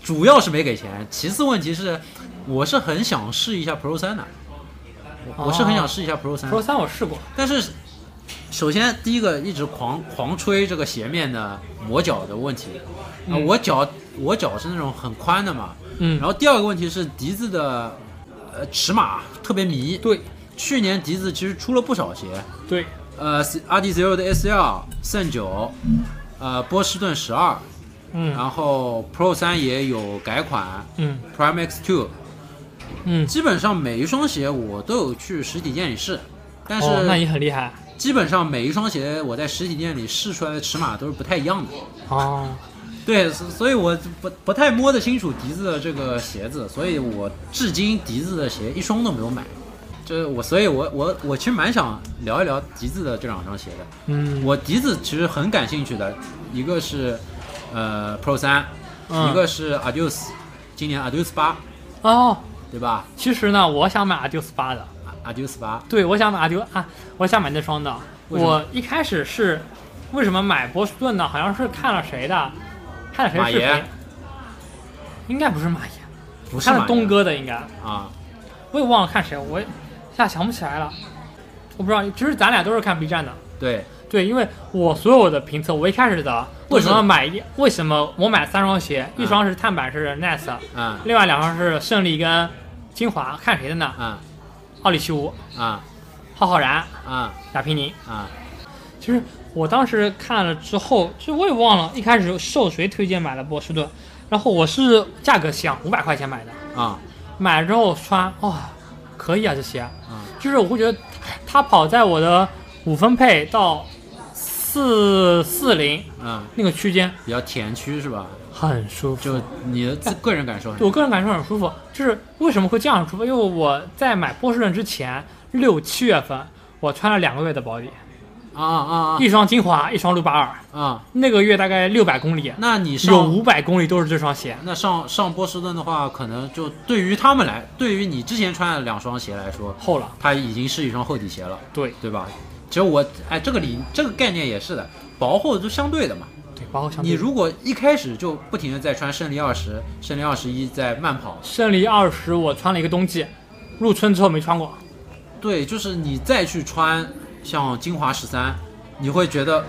Speaker 1: 主要是没给钱，其次问题是，我是很想试一下 Pro 三的，我我是很
Speaker 2: 哦
Speaker 1: 想试一下 Pro 三、
Speaker 2: Pro 三我试过，
Speaker 1: 但是首先第一个一直狂狂吹这个鞋面的磨脚的问题，啊、
Speaker 2: 嗯
Speaker 1: 我脚我脚是那种很宽的嘛，
Speaker 2: 嗯，
Speaker 1: 然后第二个问题是笛子的呃尺码特别迷，
Speaker 2: 对
Speaker 1: 去年笛子其实出了不少鞋，
Speaker 2: 对，
Speaker 1: 呃，RD Zero 的 SL、圣九，呃，波士顿十二，
Speaker 2: 嗯
Speaker 1: 然后 Pro 三也有改款
Speaker 2: 嗯
Speaker 1: ，Prime X Two，
Speaker 2: 嗯，
Speaker 1: 基本上每一双鞋我都有去实体店里试，但
Speaker 2: 哦，那
Speaker 1: 是
Speaker 2: 你很厉害
Speaker 1: 基本上每一双鞋我在实体店里试出来的尺码都是不太一样的。
Speaker 2: 哦，
Speaker 1: 对，所所以我不不太摸得清楚笛子的这个鞋子，所以我至今笛子的鞋一双都没有买。这我，所以我我我其实蛮想聊一聊笛子的这两双鞋的。
Speaker 2: 嗯，
Speaker 1: 我笛子其实很感兴趣的，一个是呃 Pro 三、
Speaker 2: 嗯
Speaker 1: 一个是 Adios，今年 Adios 八，
Speaker 2: 哦，
Speaker 1: 对吧
Speaker 2: 其实呢，我想买 Adios 八的，
Speaker 1: ？Adios 八，
Speaker 2: 对，我想买 Adios 啊，我想买那双的。
Speaker 1: 为什么
Speaker 2: 我一开始是为什么买波士顿呢？好像是看了谁的，看了谁的
Speaker 1: 马
Speaker 2: 视频
Speaker 1: 爷，
Speaker 2: 应该不是马爷，
Speaker 1: 不是
Speaker 2: 看了
Speaker 1: 马
Speaker 2: 东
Speaker 1: 爷
Speaker 2: 哥的应该，
Speaker 1: 啊，
Speaker 2: 我也忘了看谁，我一下想不起来了，我不知道，其实咱俩都是看 B 站的。
Speaker 1: 对，
Speaker 2: 对，因为我所有的评测，我一开始的为什么买一，为什么我买三双鞋，
Speaker 1: 嗯
Speaker 2: 一双是碳板是 Nets，
Speaker 1: 啊
Speaker 2: 另外两双是胜利跟精华，看谁的呢？
Speaker 1: 啊
Speaker 2: 奥里西乌、
Speaker 1: 啊
Speaker 2: 浩浩然、
Speaker 1: 啊
Speaker 2: 亚平宁。
Speaker 1: 啊，
Speaker 2: 其实我当时看了之后，其实我也忘了一开始受谁推荐买的波士顿，然后我是价格想五百块钱买的，
Speaker 1: 啊
Speaker 2: 买了之后穿，哦，可以啊这鞋
Speaker 1: 嗯，
Speaker 2: 就是我会觉得它跑在我的五分配到四四零
Speaker 1: 啊，
Speaker 2: 那个区间
Speaker 1: 比较甜区是吧？
Speaker 2: 很舒服。
Speaker 1: 就你的
Speaker 2: 哎
Speaker 1: 自个人感受很
Speaker 2: 我个人感受很舒服，就是为什么会这样舒服？因为我在买波士顿之前，六七月份我穿了两个月的保底，
Speaker 1: 啊啊
Speaker 2: 一双精华，一双六八二，
Speaker 1: 啊啊！
Speaker 2: 那个月大概六百公里，
Speaker 1: 那你
Speaker 2: 有
Speaker 1: 上
Speaker 2: 五百公里都是这双鞋。
Speaker 1: 那上上波士顿的话，可能就对于他们来，对于你之前穿的两双鞋来说，
Speaker 2: 厚了，
Speaker 1: 它已经是一双厚底鞋了，
Speaker 2: 对
Speaker 1: 对吧？其实我哎，这个理这个概念也是的，薄厚都相对的嘛。
Speaker 2: 对，包括像
Speaker 1: 你如果一开始就不停的在穿胜利二十、胜利二十一在慢跑，
Speaker 2: 胜利二十，我穿了一个冬季，入春之后没穿过。
Speaker 1: 对，就是你再去穿像精华十三，你会觉得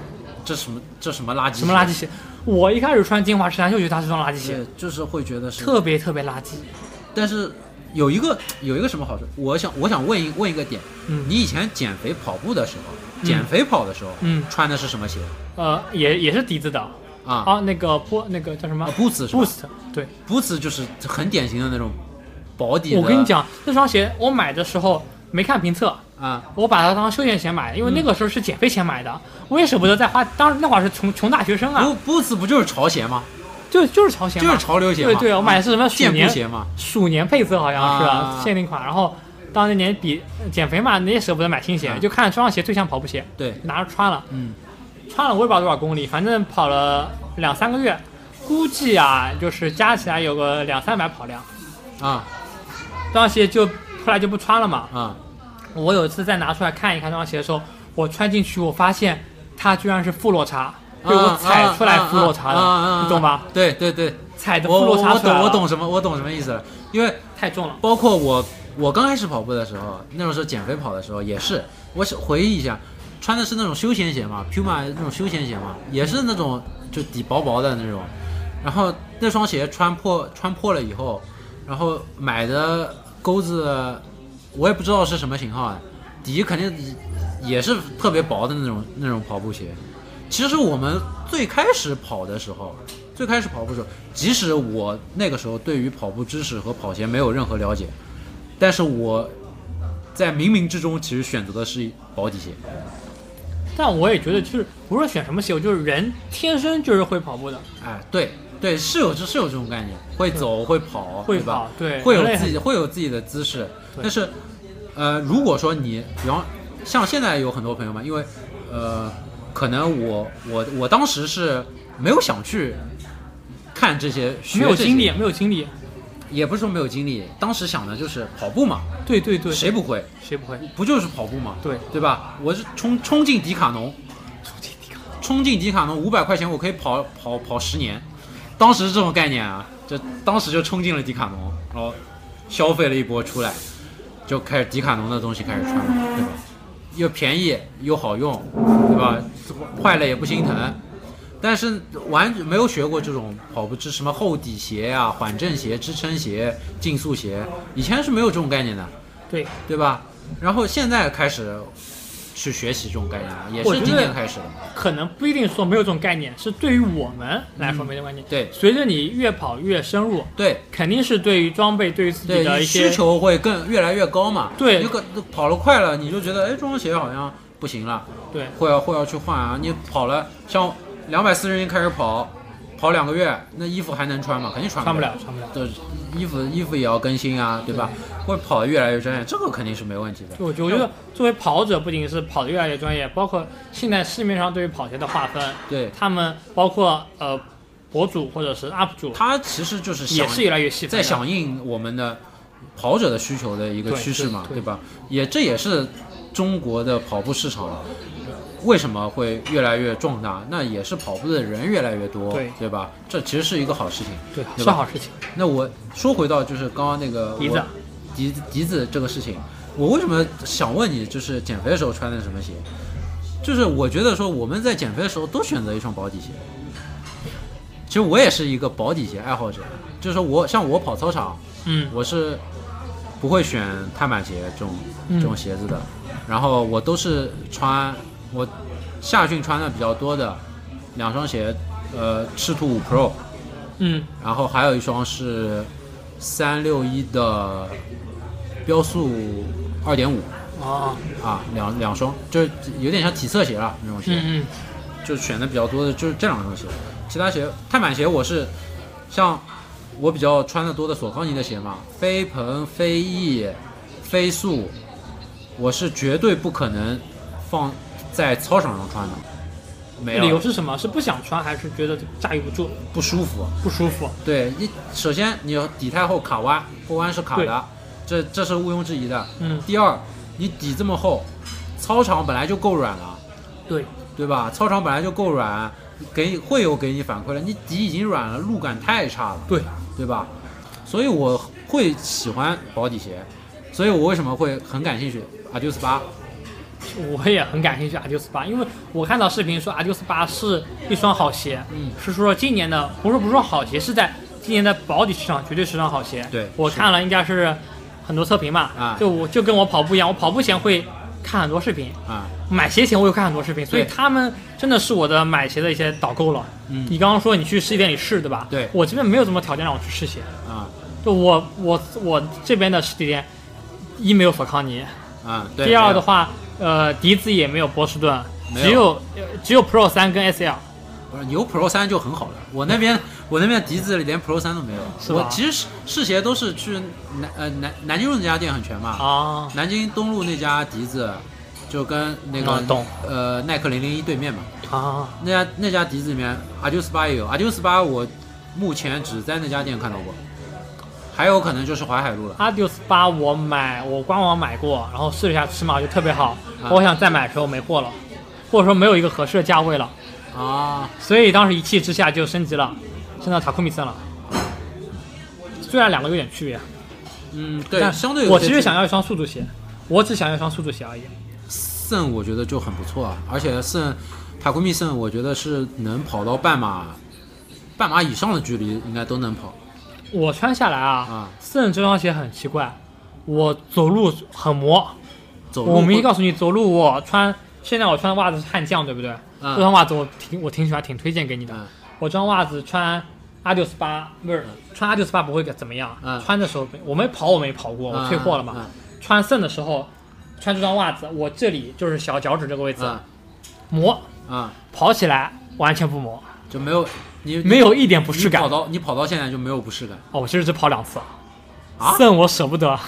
Speaker 1: 这什么这什么垃圾
Speaker 2: 什么垃圾鞋？我一开始穿精华十三就觉得它是双垃圾鞋，
Speaker 1: 对，就是会觉得是
Speaker 2: 特别特别垃圾。
Speaker 1: 但是有一个有一个什么好处？我想我想问一问一个点，
Speaker 2: 嗯
Speaker 1: 你以前减肥跑步的时候，
Speaker 2: 嗯
Speaker 1: 减肥跑的时候，
Speaker 2: 嗯，
Speaker 1: 穿的是什么鞋
Speaker 2: 呃，也也是笛子的
Speaker 1: 啊？
Speaker 2: 啊，那个波那个叫什么
Speaker 1: 啊，Boots 是吧
Speaker 2: Boost，对，
Speaker 1: ，Boots 就是很典型的那种薄底的。
Speaker 2: 我跟你讲，这双鞋我买的时候没看评测，
Speaker 1: 啊，
Speaker 2: 我把它当休闲鞋买的，因为
Speaker 1: 嗯
Speaker 2: 那个时候是减肥前买的，我也舍不得再花。当时那会儿是穷穷大学生啊，
Speaker 1: 不，Boots 不就是潮鞋吗？
Speaker 2: 就就是潮鞋
Speaker 1: 哦
Speaker 2: 嘛，
Speaker 1: 就是潮流鞋嘛。啊
Speaker 2: 对对，我买的是什么鼠
Speaker 1: 健步
Speaker 2: 年
Speaker 1: 鞋嘛。
Speaker 2: 鼠年配色好像是
Speaker 1: 啊
Speaker 2: 吧限定款，然后当年年底减肥嘛，你也舍不得买新鞋
Speaker 1: 嗯，
Speaker 2: 就看这双鞋最像跑步鞋，
Speaker 1: 对，
Speaker 2: 拿着穿了，
Speaker 1: 嗯，
Speaker 2: 穿了我也不知道多少公里，反正跑了两三个月，估计啊就是加起来有个两三百跑量，
Speaker 1: 啊
Speaker 2: 这双鞋就后来就不穿了嘛。
Speaker 1: 啊
Speaker 2: 我有一次再拿出来看一看这双鞋的时候，我穿进去，我发现它居然是负落差，被我
Speaker 1: 啊
Speaker 2: 踩出来负落差
Speaker 1: 啊啊啊啊
Speaker 2: 的，你懂吧？
Speaker 1: 对对对，
Speaker 2: 踩的
Speaker 1: 我
Speaker 2: 负
Speaker 1: 我
Speaker 2: 落差
Speaker 1: 我
Speaker 2: 出来
Speaker 1: 懂
Speaker 2: 了
Speaker 1: 我懂什么我懂什么意思了，因为
Speaker 2: 太重了。
Speaker 1: 包括我，我刚开始跑步的时候，那种时候减肥跑的时候也是，我是回忆一下，穿的是那种休闲鞋嘛，Puma 那种休闲鞋嘛，也是那种就底薄薄的那种，然后那双鞋穿破穿破了以后，然后买的钩子我也不知道是什么型号的，底肯定也是特别薄的那种那种跑步鞋。其实我们最开始跑的时候，最开始跑步的时候，即使我那个时候对于跑步知识和跑鞋没有任何了解，但是我在冥冥之中其实选择的是薄底鞋。
Speaker 2: 但我也觉得，就是不是选什么鞋，我就是人天生就是会跑步的，
Speaker 1: 哎，对对，是有这是有这种概念，会走会跑，
Speaker 2: 会
Speaker 1: 对吧
Speaker 2: 跑，对，
Speaker 1: 会
Speaker 2: 人类
Speaker 1: 有
Speaker 2: 很
Speaker 1: 自己会有自己的姿势，
Speaker 2: 对
Speaker 1: 但是，呃，如果说你，比方像现在有很多朋友嘛，因为，呃，可能我我我当时是没有想去看这些，学
Speaker 2: 没有
Speaker 1: 这
Speaker 2: 精
Speaker 1: 些
Speaker 2: 力，没有精力，
Speaker 1: 也不是说没有精力，当时想的就是跑步嘛，
Speaker 2: 对对对，
Speaker 1: 谁不会？
Speaker 2: 谁不会？
Speaker 1: 不就是跑步嘛？
Speaker 2: 对
Speaker 1: 对吧？我是冲冲进迪卡侬，冲进迪卡侬五百块钱，我可以跑跑跑十年，当时是这种概念啊，这当时就冲进了迪卡侬，然后消费了一波出来，就开始迪卡侬的东西开始穿了，对吧？又便宜又好用，对吧？坏了也不心疼。但是完没有学过这种跑步之什么厚底鞋呀、缓震鞋、支撑鞋、竞速鞋，以前是没有这种概念的。
Speaker 2: 对，
Speaker 1: 对吧？然后现在开始去学习这种概念了，也
Speaker 2: 我
Speaker 1: 是
Speaker 2: 觉得
Speaker 1: 今年开始的。
Speaker 2: 可能不一定说没有这种概念，是对于我们来说没这种概念。
Speaker 1: 对
Speaker 2: 随着你越跑越深入，
Speaker 1: 对
Speaker 2: 肯定是对于装备、对于自己的
Speaker 1: 对，
Speaker 2: 一
Speaker 1: 需
Speaker 2: 些
Speaker 1: 求会更越来越高嘛。
Speaker 2: 对
Speaker 1: 你可跑了快了，你就觉得哎，这双鞋好像不行了，
Speaker 2: 对
Speaker 1: 会要会要去换啊。你跑了像两百四十斤开始跑，跑两个月，那衣服还能穿吗？肯定穿
Speaker 2: 穿不
Speaker 1: 了
Speaker 2: 了，。穿不了。
Speaker 1: 对，衣服衣服也要更新啊，对吧？会跑得越来越专业，这个肯定是没问题的。
Speaker 2: 就我觉我觉得，作为跑者，不仅是跑得越来越专业，包括现在市面上对于跑鞋的划分，
Speaker 1: 对，
Speaker 2: 他们包括呃博主或者是 UP 主，
Speaker 1: 它其实就是想
Speaker 2: 也是越来越细分
Speaker 1: 在
Speaker 2: 了。
Speaker 1: 响应我们的跑者的需求的一个
Speaker 2: 对
Speaker 1: 趋势嘛，
Speaker 2: 对
Speaker 1: 对
Speaker 2: 对
Speaker 1: 吧？也这也是中国的跑步市场为什么会越来越壮大，那也是跑步的人越来越多，
Speaker 2: 对
Speaker 1: 吧？这其实是一个好事情。
Speaker 2: 对，
Speaker 1: 对
Speaker 2: 是
Speaker 1: 吧
Speaker 2: 好事情。
Speaker 1: 那我说回到就是刚刚那个
Speaker 2: 笛子
Speaker 1: 我笛子笛子这个事情，我为什么想问你，就是减肥的时候穿的什么鞋？就是我觉得说我们在减肥的时候都选择一双薄底鞋。其实我也是一个薄底鞋爱好者，就是说我像我跑操场，
Speaker 2: 嗯，
Speaker 1: 我是不会选碳板鞋这种
Speaker 2: 嗯
Speaker 1: 这种鞋子的，然后我都是穿我夏训穿的比较多的两双鞋，呃，赤兔五 Pro，
Speaker 2: 嗯，
Speaker 1: 然后还有一双是三六一的标速二点五
Speaker 2: 哦，
Speaker 1: 啊，两两双，就是有点像体测鞋了那种鞋，
Speaker 2: 嗯嗯，
Speaker 1: 就选的比较多的就是这两双鞋，其他鞋碳板鞋我是像我比较穿的多的索康尼的鞋嘛，飞鹏、飞翼、飞速，我是绝对不可能放在操场上穿的，没
Speaker 2: 理由
Speaker 1: 有
Speaker 2: 是什么？是不想穿，还是觉得驾驭不住，
Speaker 1: 不舒服。
Speaker 2: 不舒服？
Speaker 1: 对你，首先你有底太厚卡弯，后弯是卡
Speaker 2: 对
Speaker 1: 的，这这是毋庸置疑的。
Speaker 2: 嗯，
Speaker 1: 第二，你底这么厚，操场本来就够软了，
Speaker 2: 对，
Speaker 1: 对吧？操场本来就够软，给你会有给你反馈了，你底已经软了，路感太差了，
Speaker 2: 对，
Speaker 1: 对吧？所以我会喜欢薄底鞋，所以我为什么会很感兴趣阿迪斯八？
Speaker 2: 我也很感兴趣阿迪斯八，因为我看到视频说阿迪斯八是一双好鞋，
Speaker 1: 嗯，
Speaker 2: 是说今年的，不是不是说好鞋，是在今年的保底市场绝对是双好鞋。
Speaker 1: 对
Speaker 2: 我看了应该是很多测评嘛，
Speaker 1: 啊
Speaker 2: 就我就跟我跑步一样，我跑步前会看很多视频，
Speaker 1: 啊，
Speaker 2: 买鞋前我有看很多视频，所以
Speaker 1: 对
Speaker 2: 他们真的是我的买鞋的一些导购了。
Speaker 1: 嗯
Speaker 2: 你刚刚说你去实体店里试，对吧？
Speaker 1: 对
Speaker 2: 我这边没有什么条件让我去试鞋，
Speaker 1: 啊
Speaker 2: 就我我我这边的实体店，一没有索康尼，
Speaker 1: 啊，对。
Speaker 2: 第二的
Speaker 1: 对
Speaker 2: 话，呃，笛子也没有波士顿，
Speaker 1: 没有
Speaker 2: 只有呃只有 Pro 三跟 SL。
Speaker 1: 不是有 Pro 三就很好了。我那边我那边笛子里连 Pro 三都没有。
Speaker 2: 是吧
Speaker 1: 我其实试试鞋都是去南呃南南京路那家店很全嘛，
Speaker 2: 啊，
Speaker 1: 南京东路那家笛子就跟那个、
Speaker 2: 啊懂
Speaker 1: 呃耐克零零一对面嘛，
Speaker 2: 啊，
Speaker 1: 那家那家笛子里面阿迪斯八也有，阿迪斯八我目前只在那家店看到过，还有可能就是淮海路了。
Speaker 2: Adios 八我买，我官网买过，然后试了一下尺码就特别好，
Speaker 1: 啊
Speaker 2: 我想再买的时候没货了，或者说没有一个合适的价位了，
Speaker 1: 啊，
Speaker 2: 所以当时一气之下就升级了，升到塔库米森了。虽然两个有点区别，
Speaker 1: 嗯，对，
Speaker 2: 但
Speaker 1: 相对有
Speaker 2: 我
Speaker 1: 些
Speaker 2: 其实
Speaker 1: 区
Speaker 2: 想要一双速度鞋，我只想要一双速度鞋而已。
Speaker 1: 圣我觉得就很不错啊，而且圣塔库密圣，我觉得是能跑到半马、半马以上的距离，应该都能跑
Speaker 2: 我穿下来啊，
Speaker 1: 啊。
Speaker 2: 圣这双鞋很奇怪，我走路很磨，
Speaker 1: 走路
Speaker 2: 我明
Speaker 1: 会
Speaker 2: 确告诉你，走路我穿，现在我穿的袜子是悍将，对不对？
Speaker 1: 嗯
Speaker 2: 这双袜子我挺我挺喜欢，挺推荐给你的。
Speaker 1: 嗯
Speaker 2: 我这双袜子穿阿六十八，不是穿阿六十八不会怎么样。
Speaker 1: 嗯
Speaker 2: 穿的时候我没跑，我没跑过，我退货了嘛。
Speaker 1: 嗯嗯
Speaker 2: 穿剩的时候，穿这双袜子，我这里就是小脚趾这个位置、
Speaker 1: 嗯
Speaker 2: 磨，
Speaker 1: 嗯，
Speaker 2: 跑起来完全不磨，
Speaker 1: 就没有你
Speaker 2: 没有一点不
Speaker 1: 不
Speaker 2: 适感
Speaker 1: 跑。到你跑到现在就没有不适感
Speaker 2: 哦，我其实只跑两次，
Speaker 1: 啊
Speaker 2: 剩我舍不得。
Speaker 1: 啊？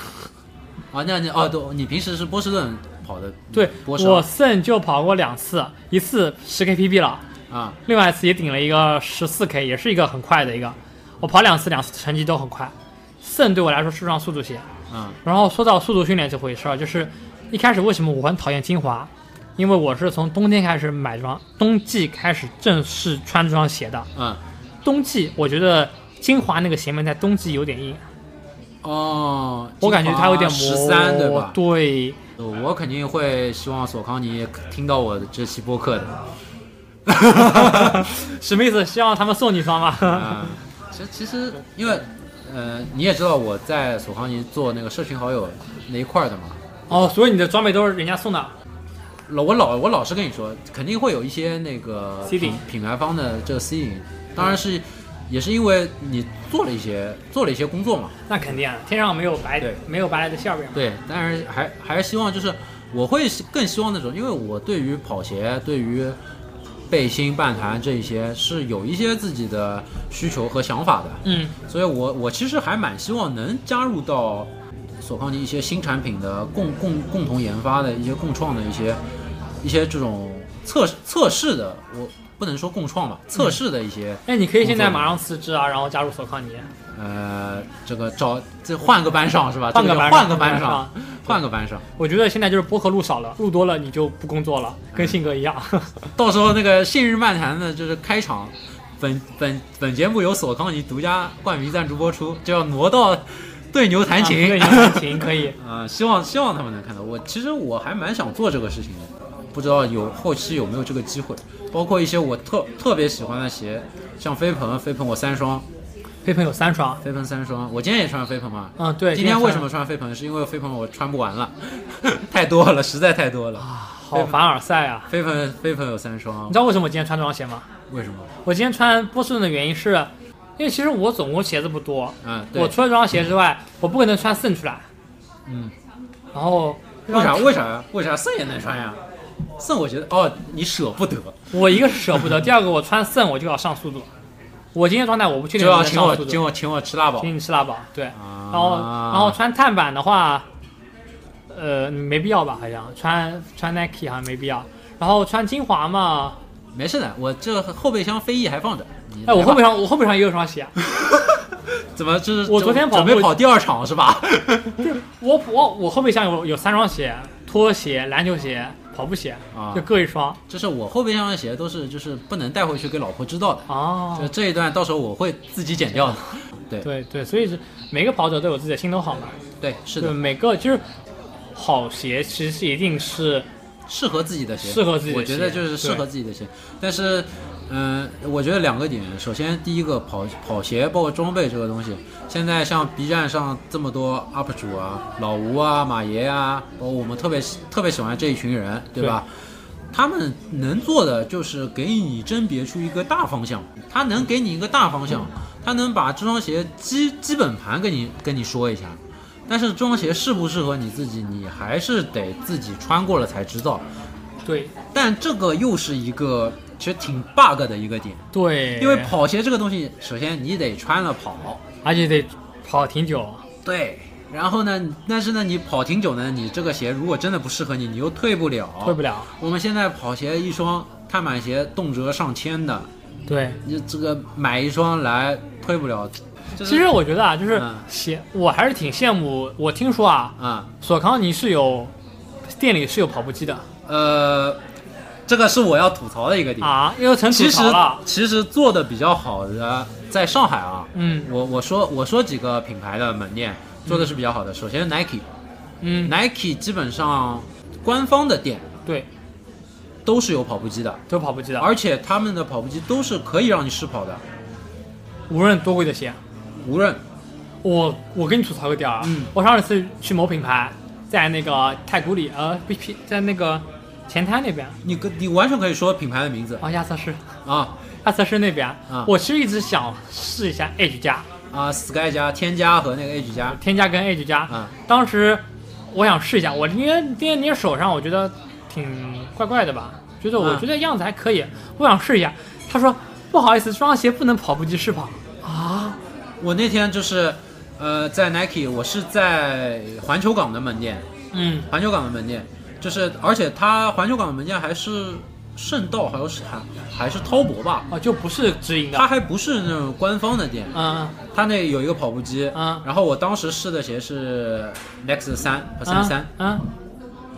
Speaker 1: 那你哦，对，你平时是波士顿跑的，
Speaker 2: 对，
Speaker 1: 波士
Speaker 2: 我剩就跑过两次，一次十 KPB 了。
Speaker 1: 啊
Speaker 2: 另外一次也顶了一个十四 K，也是一个很快的一个。我跑两次，两次成绩都很快。肾对我来说是双速度鞋。
Speaker 1: 嗯
Speaker 2: 然后说到速度训练这回事儿，就是一开始为什么我很讨厌精华，因为我是从冬天开始买这双，冬季开始正式穿这双鞋的。
Speaker 1: 嗯，
Speaker 2: 冬季我觉得精华那个鞋面在冬季有点硬，
Speaker 1: 哦，
Speaker 2: 我感觉它有点
Speaker 1: 十
Speaker 2: 磨。
Speaker 1: 三对吧？
Speaker 2: 对
Speaker 1: 我肯定会希望索康尼听到我这期播客的。
Speaker 2: 什么意思？希望他们送你一双吗？
Speaker 1: 啊，其实其实因为呃，你也知道我在索康尼做那个社群好友那一块儿的嘛，
Speaker 2: 哦，所以你的装备都是人家送的。
Speaker 1: 老我老我老是跟你说，肯定会有一些那个
Speaker 2: C
Speaker 1: 品
Speaker 2: 领
Speaker 1: 品牌方的这个吸引，当然是也是因为你做了一些做了一些工作嘛，
Speaker 2: 那肯定，啊，天上没有白
Speaker 1: 对
Speaker 2: 没有白来的馅饼嘛。
Speaker 1: 对，但是还还是希望就是我会更希望那种，因为我对于跑鞋、对于背心、半弹这一些是有一些自己的需求和想法的，
Speaker 2: 嗯，
Speaker 1: 所以我我其实还蛮希望能加入到索康尼一些新产品的共共共同研发的一些共创的一些一些这种测测试的，我不能说共创吧，测试的一些、
Speaker 2: 那你可以现在
Speaker 1: 工作
Speaker 2: 马上辞职啊，然后加入索康尼，
Speaker 1: 呃这个找这换个班上是吧？
Speaker 2: 换个
Speaker 1: 这
Speaker 2: 班
Speaker 1: 叫
Speaker 2: 上
Speaker 1: 换个班
Speaker 2: 上
Speaker 1: 上，换个班上，
Speaker 2: 我觉得现在就是播客录少了，录多了你就不工作了，
Speaker 1: 嗯
Speaker 2: 跟性格一 样。
Speaker 1: 到时候那个《信日漫谈》的就是开场。本本本节目由索康尼独家冠名赞助播出，就要挪到啊对牛弹 琴。
Speaker 2: 对， 弹琴可以。
Speaker 1: 啊、希望希望他们能看到。我其实我还蛮想做这个事情的，不知道有后期有没有这个机会。包括一些我特特别喜欢的鞋，像飞鹏，啊飞鹏我三双，
Speaker 2: 飞鹏有三双，
Speaker 1: 飞鹏三双，我今天也穿了飞鹏嘛。
Speaker 2: 嗯，对。
Speaker 1: 今天为什
Speaker 2: 穿
Speaker 1: 么穿飞鹏？是因为飞鹏我穿不完了， 太多了，实在太多了。
Speaker 2: 好凡尔赛啊？
Speaker 1: 飞鹏飞鹏有三双
Speaker 2: 你，知道为什么我今天穿这双鞋吗？
Speaker 1: 为什么？
Speaker 2: 我今天穿波士顿的原因是，因为其实我总共鞋子不多，
Speaker 1: 嗯，对
Speaker 2: 我，除了这双鞋之外，我不可能穿 Sun 出来。
Speaker 1: 嗯，
Speaker 2: 然后
Speaker 1: 为 啥？为啥呀？为啥肾也能穿呀？肾我觉得哦，你舍不得，
Speaker 2: 我一个是舍不得，第二个我穿 Sun 我就要上速度。我今天状态我不确定
Speaker 1: 就
Speaker 2: 能不
Speaker 1: 要
Speaker 2: 能
Speaker 1: 请
Speaker 2: 上
Speaker 1: 我
Speaker 2: 速度
Speaker 1: 请。我请我吃辣宝。
Speaker 2: 请你吃辣宝，对。
Speaker 1: 然
Speaker 2: 然后然后穿碳板的话，呃，没必要吧？好像穿穿 Nike 好像没必要。然后穿精华嘛，
Speaker 1: 没事的，我这后备箱飞翼还放着。你
Speaker 2: 哎，我
Speaker 1: 来
Speaker 2: 后
Speaker 1: 吧
Speaker 2: 背上我后背上也有双鞋，
Speaker 1: 怎么就是
Speaker 2: 我昨天跑
Speaker 1: 准备
Speaker 2: 步
Speaker 1: 跑第二场是吧？
Speaker 2: 我我我后备箱有有三双鞋，拖鞋、篮球鞋、跑步鞋，
Speaker 1: 啊
Speaker 2: 就各一双。
Speaker 1: 就是我后备箱的鞋都是就是不能带回去给老婆知道的，就
Speaker 2: 哦，
Speaker 1: 这一段到时候我会自己剪掉的。
Speaker 2: 对对，所以是每个跑者都有自己的心头好嘛。
Speaker 1: 对，是
Speaker 2: 对，
Speaker 1: 的，
Speaker 2: 每个就是好鞋，其实是一定是
Speaker 1: 适合自己的鞋，
Speaker 2: 适合自己的
Speaker 1: 我觉得
Speaker 2: 鞋
Speaker 1: 就是适合
Speaker 2: 对
Speaker 1: 自己的鞋，但是。嗯，我觉得两个点，首先第一个跑跑鞋包括装备这个东西，现在像 B 站上这么多 UP 主啊，老吴啊、马爷啊，包括我们特别喜特别喜欢这一群人，对吧？他们能做的就是给你甄别出一个大方向，他能给你一个大方向，他能把这双鞋基基本盘跟你跟你说一下。但是这双鞋适不适合你自己，你还是得自己穿过了才知道。
Speaker 2: 对
Speaker 1: 但这个又是一个其实挺 bug 的一个点，
Speaker 2: 对，
Speaker 1: 因为跑鞋这个东西，首先你得穿了跑，
Speaker 2: 而且得跑挺久。
Speaker 1: 对。然后呢，但是呢，你跑挺久呢，你这个鞋如果真的不适合你，你又退不了。
Speaker 2: 退不了，
Speaker 1: 我们现在跑鞋一双碳板鞋动辄上千的，
Speaker 2: 对，
Speaker 1: 你这个买一双来退不了，就是
Speaker 2: 其实我觉得啊，就是
Speaker 1: 嗯
Speaker 2: 鞋，我还是挺羡慕。我听说啊，
Speaker 1: 啊、
Speaker 2: 索康尼是有店里是有跑步机的
Speaker 1: 呃，这个是我要吐槽的一个点。
Speaker 2: 啊，因为成
Speaker 1: 嗯
Speaker 2: 吐
Speaker 1: 其实
Speaker 2: 槽了。
Speaker 1: 其实做的比较好的，在上海啊，
Speaker 2: 嗯
Speaker 1: 我我说我说几个品牌的门店做的是比较好的。首先 Nike，Nike
Speaker 2: 嗯，
Speaker 1: 基本上官方的店
Speaker 2: 对，
Speaker 1: 都是有跑步机的，
Speaker 2: 都有跑步机的，
Speaker 1: 而且他们的跑步机都是可以让你试跑的，
Speaker 2: 无论多贵的鞋。
Speaker 1: 无论
Speaker 2: 我我跟你吐槽个点儿啊，
Speaker 1: 嗯
Speaker 2: 我上一次去某品牌，在那个太古里呃不不在那个前滩那边，
Speaker 1: 你跟你完全可以说品牌的名字
Speaker 2: 啊亚瑟士
Speaker 1: 啊
Speaker 2: 亚瑟士那边，
Speaker 1: 啊
Speaker 2: 我其实一直想试一下 H 加
Speaker 1: 啊，Sky 加天加和那个 H 加
Speaker 2: 添加跟 H 加，
Speaker 1: 啊，
Speaker 2: 当时我想试一下，我捏捏捏手上，我觉得挺怪怪的吧，觉得我
Speaker 1: 嗯
Speaker 2: 觉得样子还可以，我想试一下。他说不好意思，这双鞋不能跑步机试跑啊，
Speaker 1: 我那天就是。呃，在 Nike，我是在环球港的门店，
Speaker 2: 嗯，
Speaker 1: 环球港的门店，就是而且它环球港的门店还是圣道好像是还还是滔博吧，
Speaker 2: 哦，就不是直营的
Speaker 1: 它，还不是那种官方的店，
Speaker 2: 嗯
Speaker 1: 它那有一个跑步机，
Speaker 2: 嗯
Speaker 1: 然后我当时试的鞋是 Nex 三和三三，
Speaker 2: 嗯，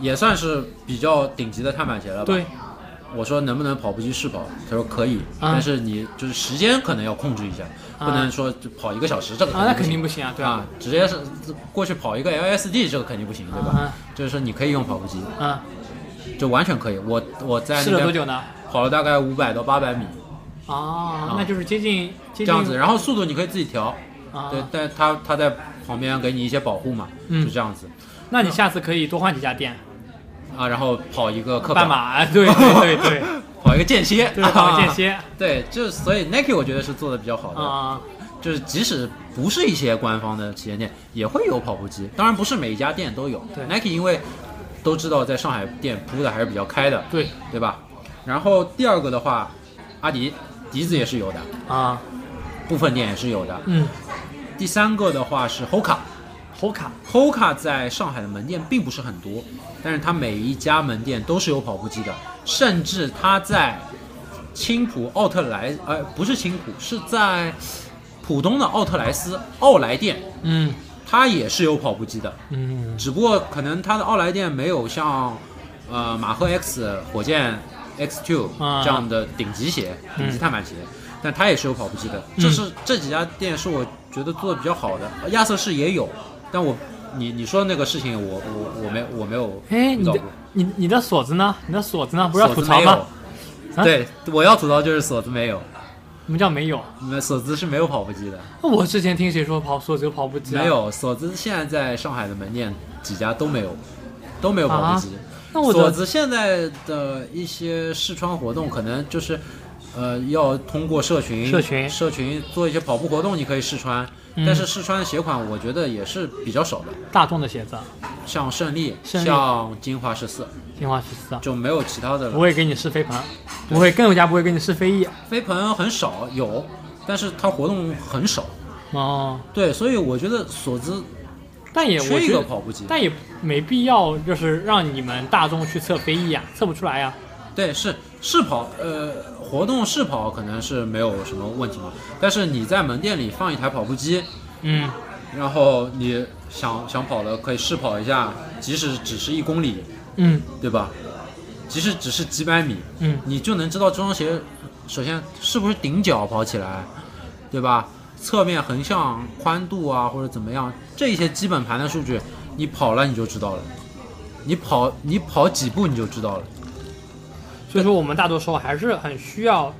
Speaker 1: 也算是比较顶级的碳板鞋了吧。
Speaker 2: 对，，啊
Speaker 1: 我说能不能跑步机试跑？他说可以，但是你就是时间可能要控制一下，
Speaker 2: 啊
Speaker 1: 不能说就跑一个小时这个
Speaker 2: 啊，那肯定
Speaker 1: 不
Speaker 2: 不
Speaker 1: 行。
Speaker 2: 行啊，对
Speaker 1: 对啊
Speaker 2: 啊，，
Speaker 1: 直接是过去跑一个 LSD 这个肯定不行，对吧？
Speaker 2: 嗯
Speaker 1: 就是说你可以用跑步机，
Speaker 2: 嗯，
Speaker 1: 就完全可以。我我啊在
Speaker 2: 试了
Speaker 1: 那
Speaker 2: 多
Speaker 1: 边
Speaker 2: 久呢？
Speaker 1: 跑了大概五百到八百米
Speaker 2: 哦，那就是接近
Speaker 1: 啊
Speaker 2: 接近
Speaker 1: 这样子，然后速度你可以自己调，
Speaker 2: 啊，
Speaker 1: 对，但他他在旁边给你一些保护嘛，
Speaker 2: 嗯
Speaker 1: 就这样子
Speaker 2: 那你下次可以多换几家店，
Speaker 1: 啊，然后跑一个课
Speaker 2: 半
Speaker 1: 表，
Speaker 2: 马， 对对对对
Speaker 1: 跑一个间歇， 啊
Speaker 2: 对，跑间歇
Speaker 1: 对，就是所以 Nike 我觉得是做的比较好的，
Speaker 2: 啊，
Speaker 1: 就是即使不是一些官方的旗舰店，也会有跑步机。当然不是每一家店都有。
Speaker 2: 对
Speaker 1: Nike 因为都知道在上海店铺的还是比较开的，
Speaker 2: 对
Speaker 1: 对吧？然后第二个的话，阿迪笛子也是有的，
Speaker 2: 啊，
Speaker 1: 部分店也是有的。
Speaker 2: 嗯，
Speaker 1: 第三个的话是 Hoka。
Speaker 2: 猴卡
Speaker 1: Hoka 在上海的门店并不是很多，但是它每一家门店都是有跑步机的，甚至它在青浦奥特莱，呃，不是青浦，是在浦东的奥特莱斯奥莱店，
Speaker 2: 嗯
Speaker 1: 它也是有跑步机的，
Speaker 2: 嗯
Speaker 1: 只不过可能它的奥莱店没有像呃马赫 X、火箭 X2
Speaker 2: 啊
Speaker 1: 这样的顶级鞋、顶级
Speaker 2: 嗯
Speaker 1: 碳板鞋，但它也是有跑步机的。
Speaker 2: 嗯
Speaker 1: 这是这几家店是我觉得做的比较好的，呃亚瑟士也有，但我你你说那个事情我，我我没我没有
Speaker 2: 哎，你
Speaker 1: 遇到
Speaker 2: 的
Speaker 1: 过。
Speaker 2: 你你的锁子呢？你的锁子呢？不是要
Speaker 1: 锁
Speaker 2: 吐
Speaker 1: 子
Speaker 2: 槽
Speaker 1: 没有
Speaker 2: 吗？啊
Speaker 1: 对，我要吐槽就是锁子没有，
Speaker 2: 什么叫没有？啊
Speaker 1: 那锁子是没有跑步机的，
Speaker 2: 我之前听谁说跑锁子有跑步机、啊？
Speaker 1: 没。有锁子现在在上海的门店几家都没有，都没有跑步机。
Speaker 2: 啊那我
Speaker 1: 锁
Speaker 2: 的
Speaker 1: 子现在的一些试穿活动，可能就是，呃，要通过社群、
Speaker 2: 社群
Speaker 1: 社群做一些跑步活动，你可以试穿。
Speaker 2: 嗯
Speaker 1: 但是试穿的鞋款，我觉得也是比较少的，
Speaker 2: 大众的鞋子啊，
Speaker 1: 像胜利、
Speaker 2: 胜利
Speaker 1: 像金华十四
Speaker 2: 新华十四啊，
Speaker 1: 就没有其他的
Speaker 2: 不
Speaker 1: 了。
Speaker 2: 会给你试飞盘，不会更加不会给你试飞翼。啊
Speaker 1: 飞鹏很少有，但是它活动很少。
Speaker 2: 哦，
Speaker 1: 对，所以我觉得锁子
Speaker 2: 但也我
Speaker 1: 缺一
Speaker 2: 觉
Speaker 1: 个
Speaker 2: 得，
Speaker 1: 跑步机。
Speaker 2: 但也没必要就是让你们大众去测飞翼啊，测不出来呀、
Speaker 1: 对，是试跑，呃，活动试跑可能是没有什么问题嘛。但是你在门店里放一台跑步机，
Speaker 2: 嗯，
Speaker 1: 然后你想想跑的可以试跑一下，即使只是一公里，
Speaker 2: 嗯
Speaker 1: 对吧？即使只是几百米，
Speaker 2: 嗯，
Speaker 1: 你就能知道这双鞋首先是不是顶角跑起来，对吧？侧面横向宽度啊，或者怎么样，这些基本盘的数据，你跑了你就知道了。你跑你跑几步你就知道了。
Speaker 2: 所以说我们大多时候还是很需要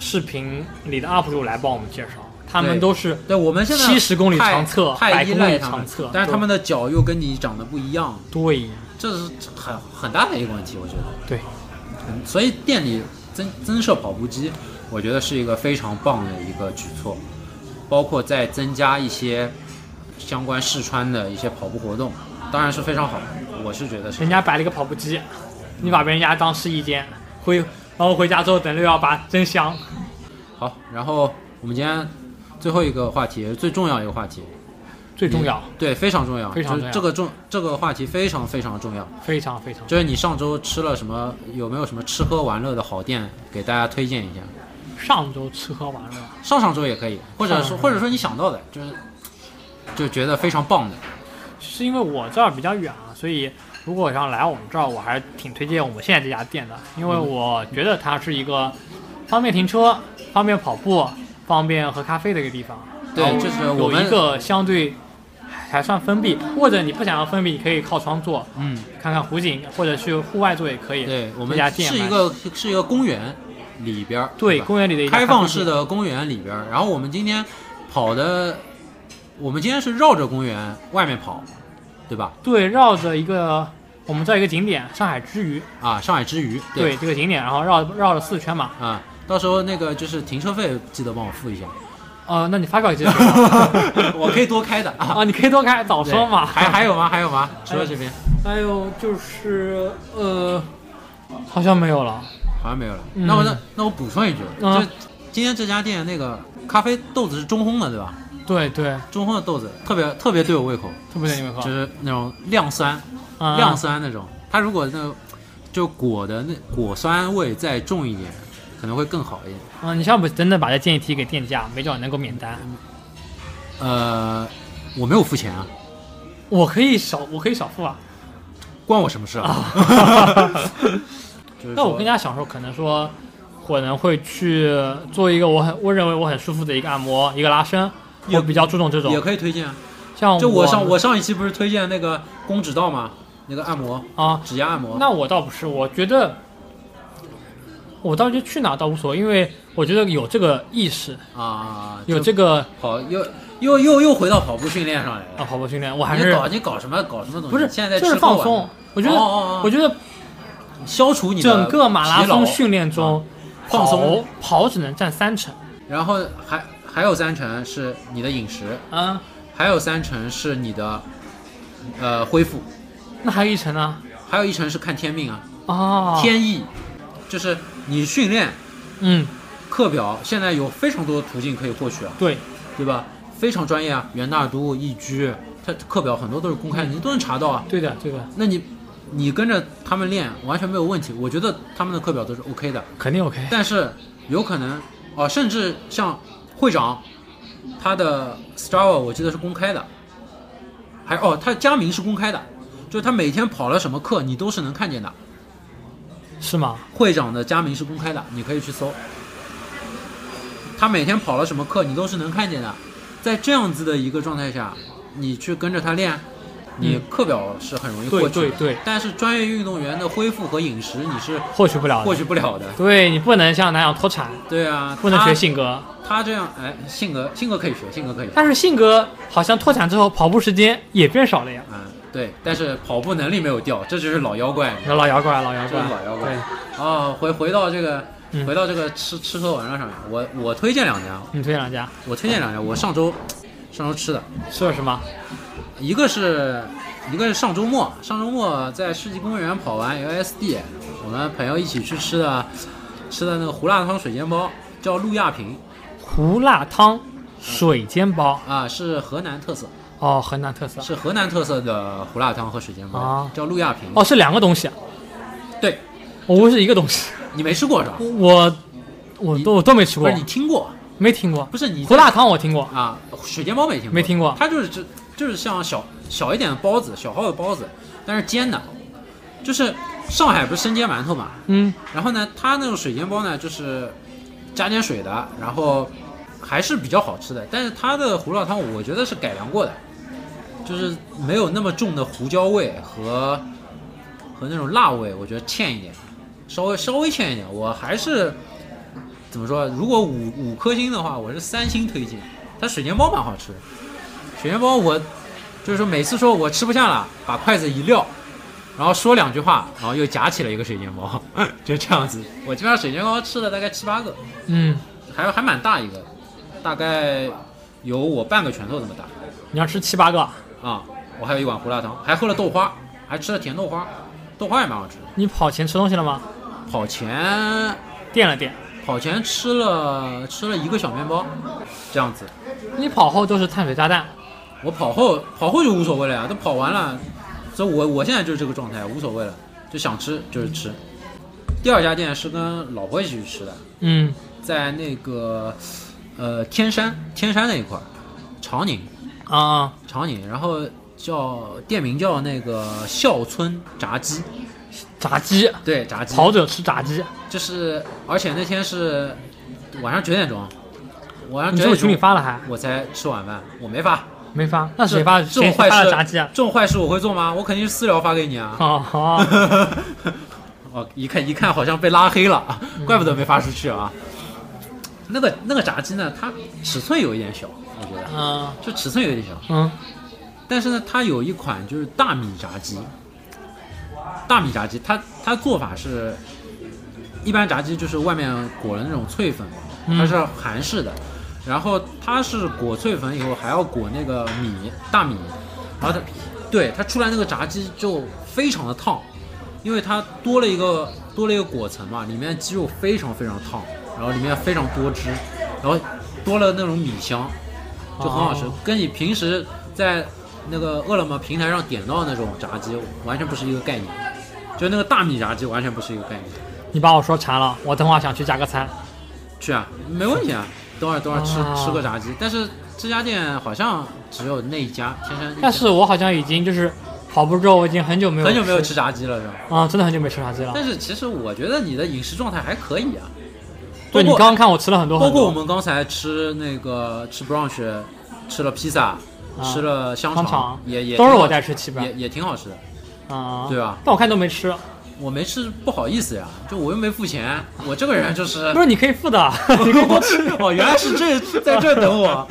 Speaker 2: 视频里的 UP 主来帮我们介绍，他们
Speaker 1: 对
Speaker 2: 都是
Speaker 1: 对，我们现在
Speaker 2: 70公里
Speaker 1: 太
Speaker 2: 长测
Speaker 1: 太
Speaker 2: 100
Speaker 1: 依赖
Speaker 2: 公里
Speaker 1: 他们
Speaker 2: 长测，
Speaker 1: 但是
Speaker 2: 对
Speaker 1: 他们的脚又跟你长得不一样，
Speaker 2: 对
Speaker 1: 这是很很大的一个问题，我觉得。
Speaker 2: 对，
Speaker 1: 嗯所以店里增增设跑步机，我觉得是一个非常棒的一个举措，包括再增加一些相关试穿的一些跑步活动，当然是非常好的，我是觉得是
Speaker 2: 人。家摆了一个跑步机，你把别人家当试衣间，回然后回家之后等六幺八，真香。
Speaker 1: 好，然后我们今天最后一个话题，也是最重要一个话题，
Speaker 2: 最重要，
Speaker 1: 对，非常重要，
Speaker 2: 非常重
Speaker 1: 就是
Speaker 2: 要
Speaker 1: 这个重这个话题非常非常重要，
Speaker 2: 非常非常
Speaker 1: 就是你上周吃了什么，有没有什么吃喝玩乐的好店给大家推荐一下？
Speaker 2: 上周吃喝玩乐，
Speaker 1: 上上周也可以，或者说
Speaker 2: 上
Speaker 1: 或者说你想到的，就是就觉得非常棒的。
Speaker 2: 是因为我这儿比较远啊，所以如果想来我们这儿，我还是挺推荐我们现在这家店的，因为我觉得它是一个方便停车、方便跑步、方便喝咖啡的一个地方。
Speaker 1: 对
Speaker 2: 然后
Speaker 1: 就是我
Speaker 2: 有
Speaker 1: 们
Speaker 2: 一个相对还算封闭，或者你不想要封闭，你可以靠窗坐，
Speaker 1: 嗯，
Speaker 2: 看看湖景，或者去户外坐也可以。
Speaker 1: 对，我们
Speaker 2: 这家店
Speaker 1: 是一
Speaker 2: 蛮
Speaker 1: 个是一个公园里边儿，
Speaker 2: 对
Speaker 1: 吧
Speaker 2: 公园里的一家
Speaker 1: 开
Speaker 2: 咖啡
Speaker 1: 放式
Speaker 2: 店
Speaker 1: 的公园里边儿。然后我们今天跑的，我们今天是绕着公园外面跑，对吧？
Speaker 2: 对，绕着一个我们这儿一个景点上海之鱼，
Speaker 1: 啊，上海之鱼，
Speaker 2: 对这个景点，然后绕绕了四圈嘛。
Speaker 1: 啊，到时候那个就是停车费记得帮我付一 下，
Speaker 2: 哦，那你发稿件啊，
Speaker 1: 我可以多开的啊。
Speaker 2: 你可以多开，早
Speaker 1: 对
Speaker 2: 说嘛。
Speaker 1: 还还有吗？还有吗？除了这边
Speaker 2: 还有就是呃，好像没有了。
Speaker 1: 好像没有了。
Speaker 2: 嗯
Speaker 1: 那我那那我补充一句，
Speaker 2: 嗯
Speaker 1: 就今天这家店那个咖啡豆子是中烘的，对吧？
Speaker 2: 对对，
Speaker 1: 中烘的豆子特别特别对我胃口，
Speaker 2: 特别对你们喝
Speaker 1: 就。是那种亮酸，
Speaker 2: 啊
Speaker 1: 亮酸那种。它如果那个就果的那果酸味再重一点，可能会更好一点。
Speaker 2: 嗯，你要不真的把这建议提给店家，没准能够免单。
Speaker 1: 嗯呃，我没有付钱啊，
Speaker 2: 我可以少，我可以少付啊。
Speaker 1: 关我什么事啊？就是
Speaker 2: 那我
Speaker 1: 说
Speaker 2: 更加享受，可能说可能会去做一个我很我认为我很舒服的一个按摩，一个拉伸，
Speaker 1: 也
Speaker 2: 我比较注重这
Speaker 1: 也
Speaker 2: 种。
Speaker 1: 可以推荐啊。
Speaker 2: 像
Speaker 1: 就
Speaker 2: 我
Speaker 1: 我上我上一期不是推荐那个宫指道嘛，那个按摩
Speaker 2: 啊，
Speaker 1: 指压按摩。
Speaker 2: 那我倒不是，我觉得我倒觉得去哪倒无所谓，因为我觉得有这个意识，
Speaker 1: 啊，
Speaker 2: 有
Speaker 1: 就
Speaker 2: 这个
Speaker 1: 跑又又又又回到跑步训练上来
Speaker 2: 啊
Speaker 1: 了。
Speaker 2: 跑步训练，我还
Speaker 1: 你
Speaker 2: 是
Speaker 1: 搞你搞什么搞什么东西？
Speaker 2: 不是
Speaker 1: 现在在
Speaker 2: 就是
Speaker 1: 吃过
Speaker 2: 放
Speaker 1: 完
Speaker 2: 松。我觉得、
Speaker 1: 哦哦哦
Speaker 2: 我觉得
Speaker 1: 消除你的
Speaker 2: 整个马拉
Speaker 1: 疲劳啊
Speaker 2: 松训练中，
Speaker 1: 疲劳放松
Speaker 2: 跑跑只能占三成
Speaker 1: 然后还还有三成是你的饮食，
Speaker 2: 啊，
Speaker 1: 还有三成是你的呃恢复，
Speaker 2: 那还有一成啊呢
Speaker 1: 还有一成是看天命啊，
Speaker 2: 啊，
Speaker 1: 天意，就是你训练
Speaker 2: 嗯
Speaker 1: 课表现在有非常多的途径可以获取啊，
Speaker 2: 对。
Speaker 1: 对吧？非常专业啊，袁大都、易居，他课表很多都是公开的，你都能查到啊。
Speaker 2: 对的，对的，
Speaker 1: 那你你跟着他们练完全没有问题，我觉得他们的课表都是 OK 的。
Speaker 2: 肯定 OK。
Speaker 1: 但是有可能哦、甚至像会长，他的 Strava 我记得是公开的，还哦，他佳明是公开的，就是他每天跑了什么课，你都是能看见的。
Speaker 2: 是吗？
Speaker 1: 会长的佳明是公开的，你可以去搜。他每天跑了什么课，你都是能看见的。在这样子的一个状态下，你去跟着他练，你
Speaker 2: 嗯
Speaker 1: 课表是很容易获
Speaker 2: 对
Speaker 1: 取的。
Speaker 2: 对对
Speaker 1: 但是专业运动员的恢复和饮食，你是
Speaker 2: 获取不了的。
Speaker 1: 获取不了的。
Speaker 2: 对你不能像南阳脱产，
Speaker 1: 对啊，
Speaker 2: 不能
Speaker 1: 他
Speaker 2: 学性格。
Speaker 1: 他这样，哎，性格性格可以学，性格可以学。
Speaker 2: 但是性格好像脱产之后跑步时间也变少了呀。
Speaker 1: 嗯，对，但是跑步能力没有掉，这就是老妖怪。
Speaker 2: 那老摇滚，老摇
Speaker 1: 这
Speaker 2: 滚，
Speaker 1: 是老妖怪
Speaker 2: 对，
Speaker 1: 啊，回回到这个，
Speaker 2: 嗯
Speaker 1: 回到这个吃吃喝玩乐上面，我我推荐两家，
Speaker 2: 你推荐两家
Speaker 1: 我推荐两家，我上周上周吃的，
Speaker 2: 吃了什么？
Speaker 1: 一个是一个是上周末，上周末在世纪公园跑完 LSD，我们朋友一起去吃的吃的那个胡辣汤水煎包，叫陆亚平
Speaker 2: 胡辣汤、水煎包，
Speaker 1: 啊，是河南特色，
Speaker 2: 哦，河南特色，
Speaker 1: 是河南特色的胡辣汤和水煎包，
Speaker 2: 啊
Speaker 1: 叫陆亚平。
Speaker 2: 哦，是两个东西啊。
Speaker 1: 对，
Speaker 2: 我不是一个东西，
Speaker 1: 你没吃过是吧？
Speaker 2: 我我都我都没吃
Speaker 1: 不
Speaker 2: 过
Speaker 1: 是，你听过，
Speaker 2: 没听过。
Speaker 1: 不是你
Speaker 2: 胡辣汤我听过，
Speaker 1: 啊，水煎包没听过，
Speaker 2: 没听过
Speaker 1: 它就是只就是像小小一点的包子，小号的包子，但是煎的，就是上海不是生煎馒头嘛，
Speaker 2: 嗯，
Speaker 1: 然后呢，它那种水煎包呢，就是加点水的，然后还是比较好吃的。但是它的胡辣汤，我觉得是改良过的，就是没有那么重的胡椒味和和那种辣味，我觉得欠一点，稍微稍微欠一点。我还是怎么说？如果五五颗星的话，我是三星推荐。它水煎包蛮好吃的，水煎包我就是说每次说我吃不下了，把筷子一撂，然后说两句话，然后又夹起了一个水煎包， 就这样子。我基本上水煎包吃了大概七八个，
Speaker 2: 嗯，
Speaker 1: 还还蛮大一个，大概有我半个拳头那么大
Speaker 2: 你要吃七八个，
Speaker 1: 啊、我还有一碗胡辣汤，还喝了豆花，还吃了甜豆花，豆花也蛮好吃的。
Speaker 2: 你跑前吃东西了吗？
Speaker 1: 跑前
Speaker 2: 垫了垫。
Speaker 1: 跑前吃了吃了一个小面包，这样子。
Speaker 2: 你跑后都是碳水炸弹，
Speaker 1: 我跑后跑后就无所谓了呀，都跑完了，所以我我现在就是这个状态，无所谓了，就想吃就是吃。第二家店是跟老婆一起去吃的，
Speaker 2: 嗯，
Speaker 1: 在那个呃天山天山那一块儿，长宁
Speaker 2: 啊啊，
Speaker 1: 长宁，然后叫店名叫那个孝村炸鸡，
Speaker 2: 嗯炸鸡，
Speaker 1: 对炸鸡，
Speaker 2: 跑者吃炸
Speaker 1: 啊
Speaker 2: 鸡。
Speaker 1: 就是而且那天是晚上九点钟，晚上
Speaker 2: 你
Speaker 1: 九
Speaker 2: 是不
Speaker 1: 点
Speaker 2: 是群里
Speaker 1: 钟
Speaker 2: 发了还
Speaker 1: 我才吃晚饭，我没发，
Speaker 2: 没发？那谁发？
Speaker 1: 这
Speaker 2: 谁
Speaker 1: 种坏
Speaker 2: 发
Speaker 1: 事
Speaker 2: 了炸鸡啊？
Speaker 1: 这种坏事我会做吗？我肯定是私聊发给你啊。
Speaker 2: 哦哦，
Speaker 1: 哦，一看一看好像被拉黑了，
Speaker 2: 嗯
Speaker 1: 怪不得没发出去啊。那个那个炸鸡呢，它尺寸有一点小，我觉得
Speaker 2: 嗯
Speaker 1: 就尺寸有一点小，
Speaker 2: 嗯，
Speaker 1: 但是呢，它有一款就是大米炸鸡，大米炸鸡，它它做法是，一般炸鸡就是外面裹了那种脆粉嘛，
Speaker 2: 嗯
Speaker 1: 它是韩式的，然后它是裹脆粉以后还要裹那个米大米，然后它对它出来那个炸鸡就非常的烫，因为它多了一个多了一个裹层嘛，里面鸡肉非常非常烫，然后里面非常多汁，然后多了那种米香，就很好吃
Speaker 2: 哦，
Speaker 1: 跟你平时在那个饿了么平台上点到那种炸鸡完全不是一个概念。就那个大米炸鸡完全不是一个概念。
Speaker 2: 你把我说馋了，我等会儿想去加个餐。
Speaker 1: 去啊，没问题啊，等会儿等会儿吃、
Speaker 2: 啊
Speaker 1: 吃个炸鸡。但是这家店好像只有那一家，天山一家。
Speaker 2: 但是我好像已经就是跑步之后，我已经很久没有
Speaker 1: 很久没有吃炸鸡了，是吧？
Speaker 2: 啊、真的很久没吃炸鸡了。
Speaker 1: 但是其实我觉得你的饮食状态还可以啊，
Speaker 2: 对你
Speaker 1: 包括
Speaker 2: 刚刚看我吃了很多
Speaker 1: 包
Speaker 2: 很
Speaker 1: 括我
Speaker 2: 多，
Speaker 1: 们刚才吃那个吃 brunch，吃了披萨，
Speaker 2: 啊
Speaker 1: 吃了香
Speaker 2: 香肠
Speaker 1: 也也
Speaker 2: 都是
Speaker 1: 挺好
Speaker 2: 我在吃，基本
Speaker 1: 也也挺好吃的，
Speaker 2: 啊，
Speaker 1: 对吧？
Speaker 2: 但我看都没吃，
Speaker 1: 我没吃不好意思呀，就我又没付钱，我这个人就是
Speaker 2: 不是你可以 付的，你可以多吃。
Speaker 1: 哦，原 来是这在这儿等我，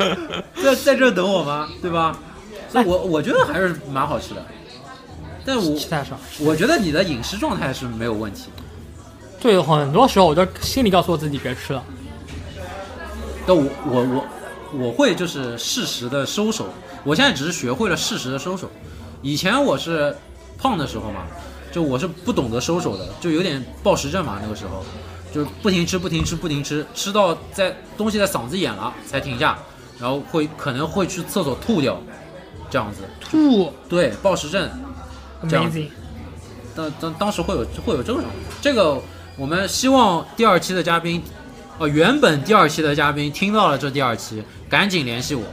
Speaker 1: 在在这儿等我吗？对吧？所以我我觉得还是蛮好吃的，但我
Speaker 2: 吃太少。
Speaker 1: 我觉得你的饮食状态是没有问题的。
Speaker 2: 对，很多时候我都心里告诉我自己别吃了。
Speaker 1: 但我我我我会就是适时的收手，我现在只是学会了适时的收手。以前我是胖的时候嘛，就我是不懂得收手的，就有点暴食症嘛，那个时候就是不停吃不停吃不停吃，吃到在东西在嗓子眼了才停下，然后会可能会去厕所吐掉，这样子。
Speaker 2: 吐
Speaker 1: 对，暴食症这样
Speaker 2: ，amazing。
Speaker 1: 当当当时会有会有这种，这个我们希望第二期的嘉宾，呃，原本第二期的嘉宾听到了这第二期，赶紧联系我，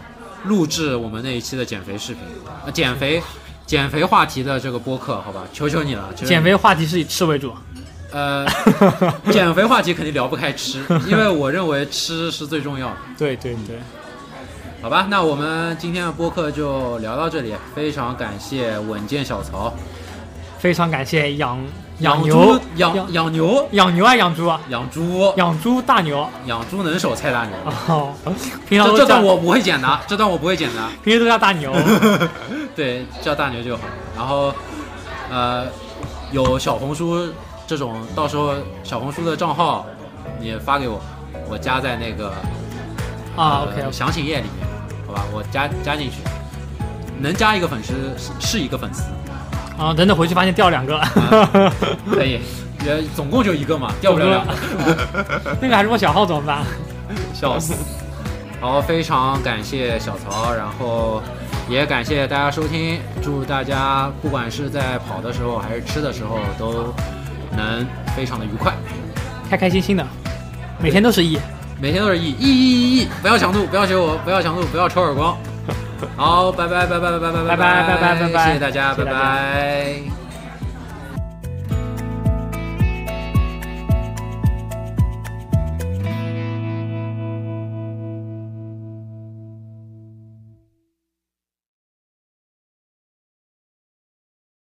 Speaker 1: 录制我们那一期的减肥视频，呃、减肥减肥话题的这个播客，好吧，求求你了，求求你
Speaker 2: 减肥话题是以吃为主，
Speaker 1: 呃， 减肥话题肯定聊不开吃，因为我认为吃是最重要的，
Speaker 2: 对对对，
Speaker 1: 好吧，那我们今天的播客就聊到这里，非常感谢稳健小曹，
Speaker 2: 非常感谢养养
Speaker 1: 猪
Speaker 2: 牛
Speaker 1: 养
Speaker 2: 养
Speaker 1: 养牛
Speaker 2: 养牛啊养猪啊
Speaker 1: 养猪
Speaker 2: 养猪大牛，
Speaker 1: 养猪能手菜大牛。
Speaker 2: 哦，平常
Speaker 1: 这
Speaker 2: 都
Speaker 1: 这
Speaker 2: 叫
Speaker 1: 段我不会剪的，这段我不会剪的。
Speaker 2: 平时都叫大牛，
Speaker 1: 对，叫大牛就好。然后，呃，有小红书这种，到时候小红书的账号你发给我，我加在那个
Speaker 2: 啊
Speaker 1: 呃
Speaker 2: OK OK，
Speaker 1: 详情页里面，好吧？我加加进去，能加一个粉丝是是一个粉丝，啊
Speaker 2: 啊等等回去发现掉两个，
Speaker 1: 可以。也总共就一个嘛，掉不了两个，
Speaker 2: 那个还是我小号怎么办？
Speaker 1: 笑死。好，非常感谢小曹，然后也感谢大家收听，祝大家不管是在跑的时候还是吃的时候都能非常的愉快，
Speaker 2: 开开心心的，每天都是一，
Speaker 1: 每天都是一一一一一，不要强度，不要学我，不要强度，不要抽耳光。好，拜拜拜拜拜拜拜
Speaker 2: 拜拜拜拜拜拜
Speaker 1: 谢谢大家，
Speaker 2: 谢谢大
Speaker 1: 拜
Speaker 2: 家
Speaker 1: 拜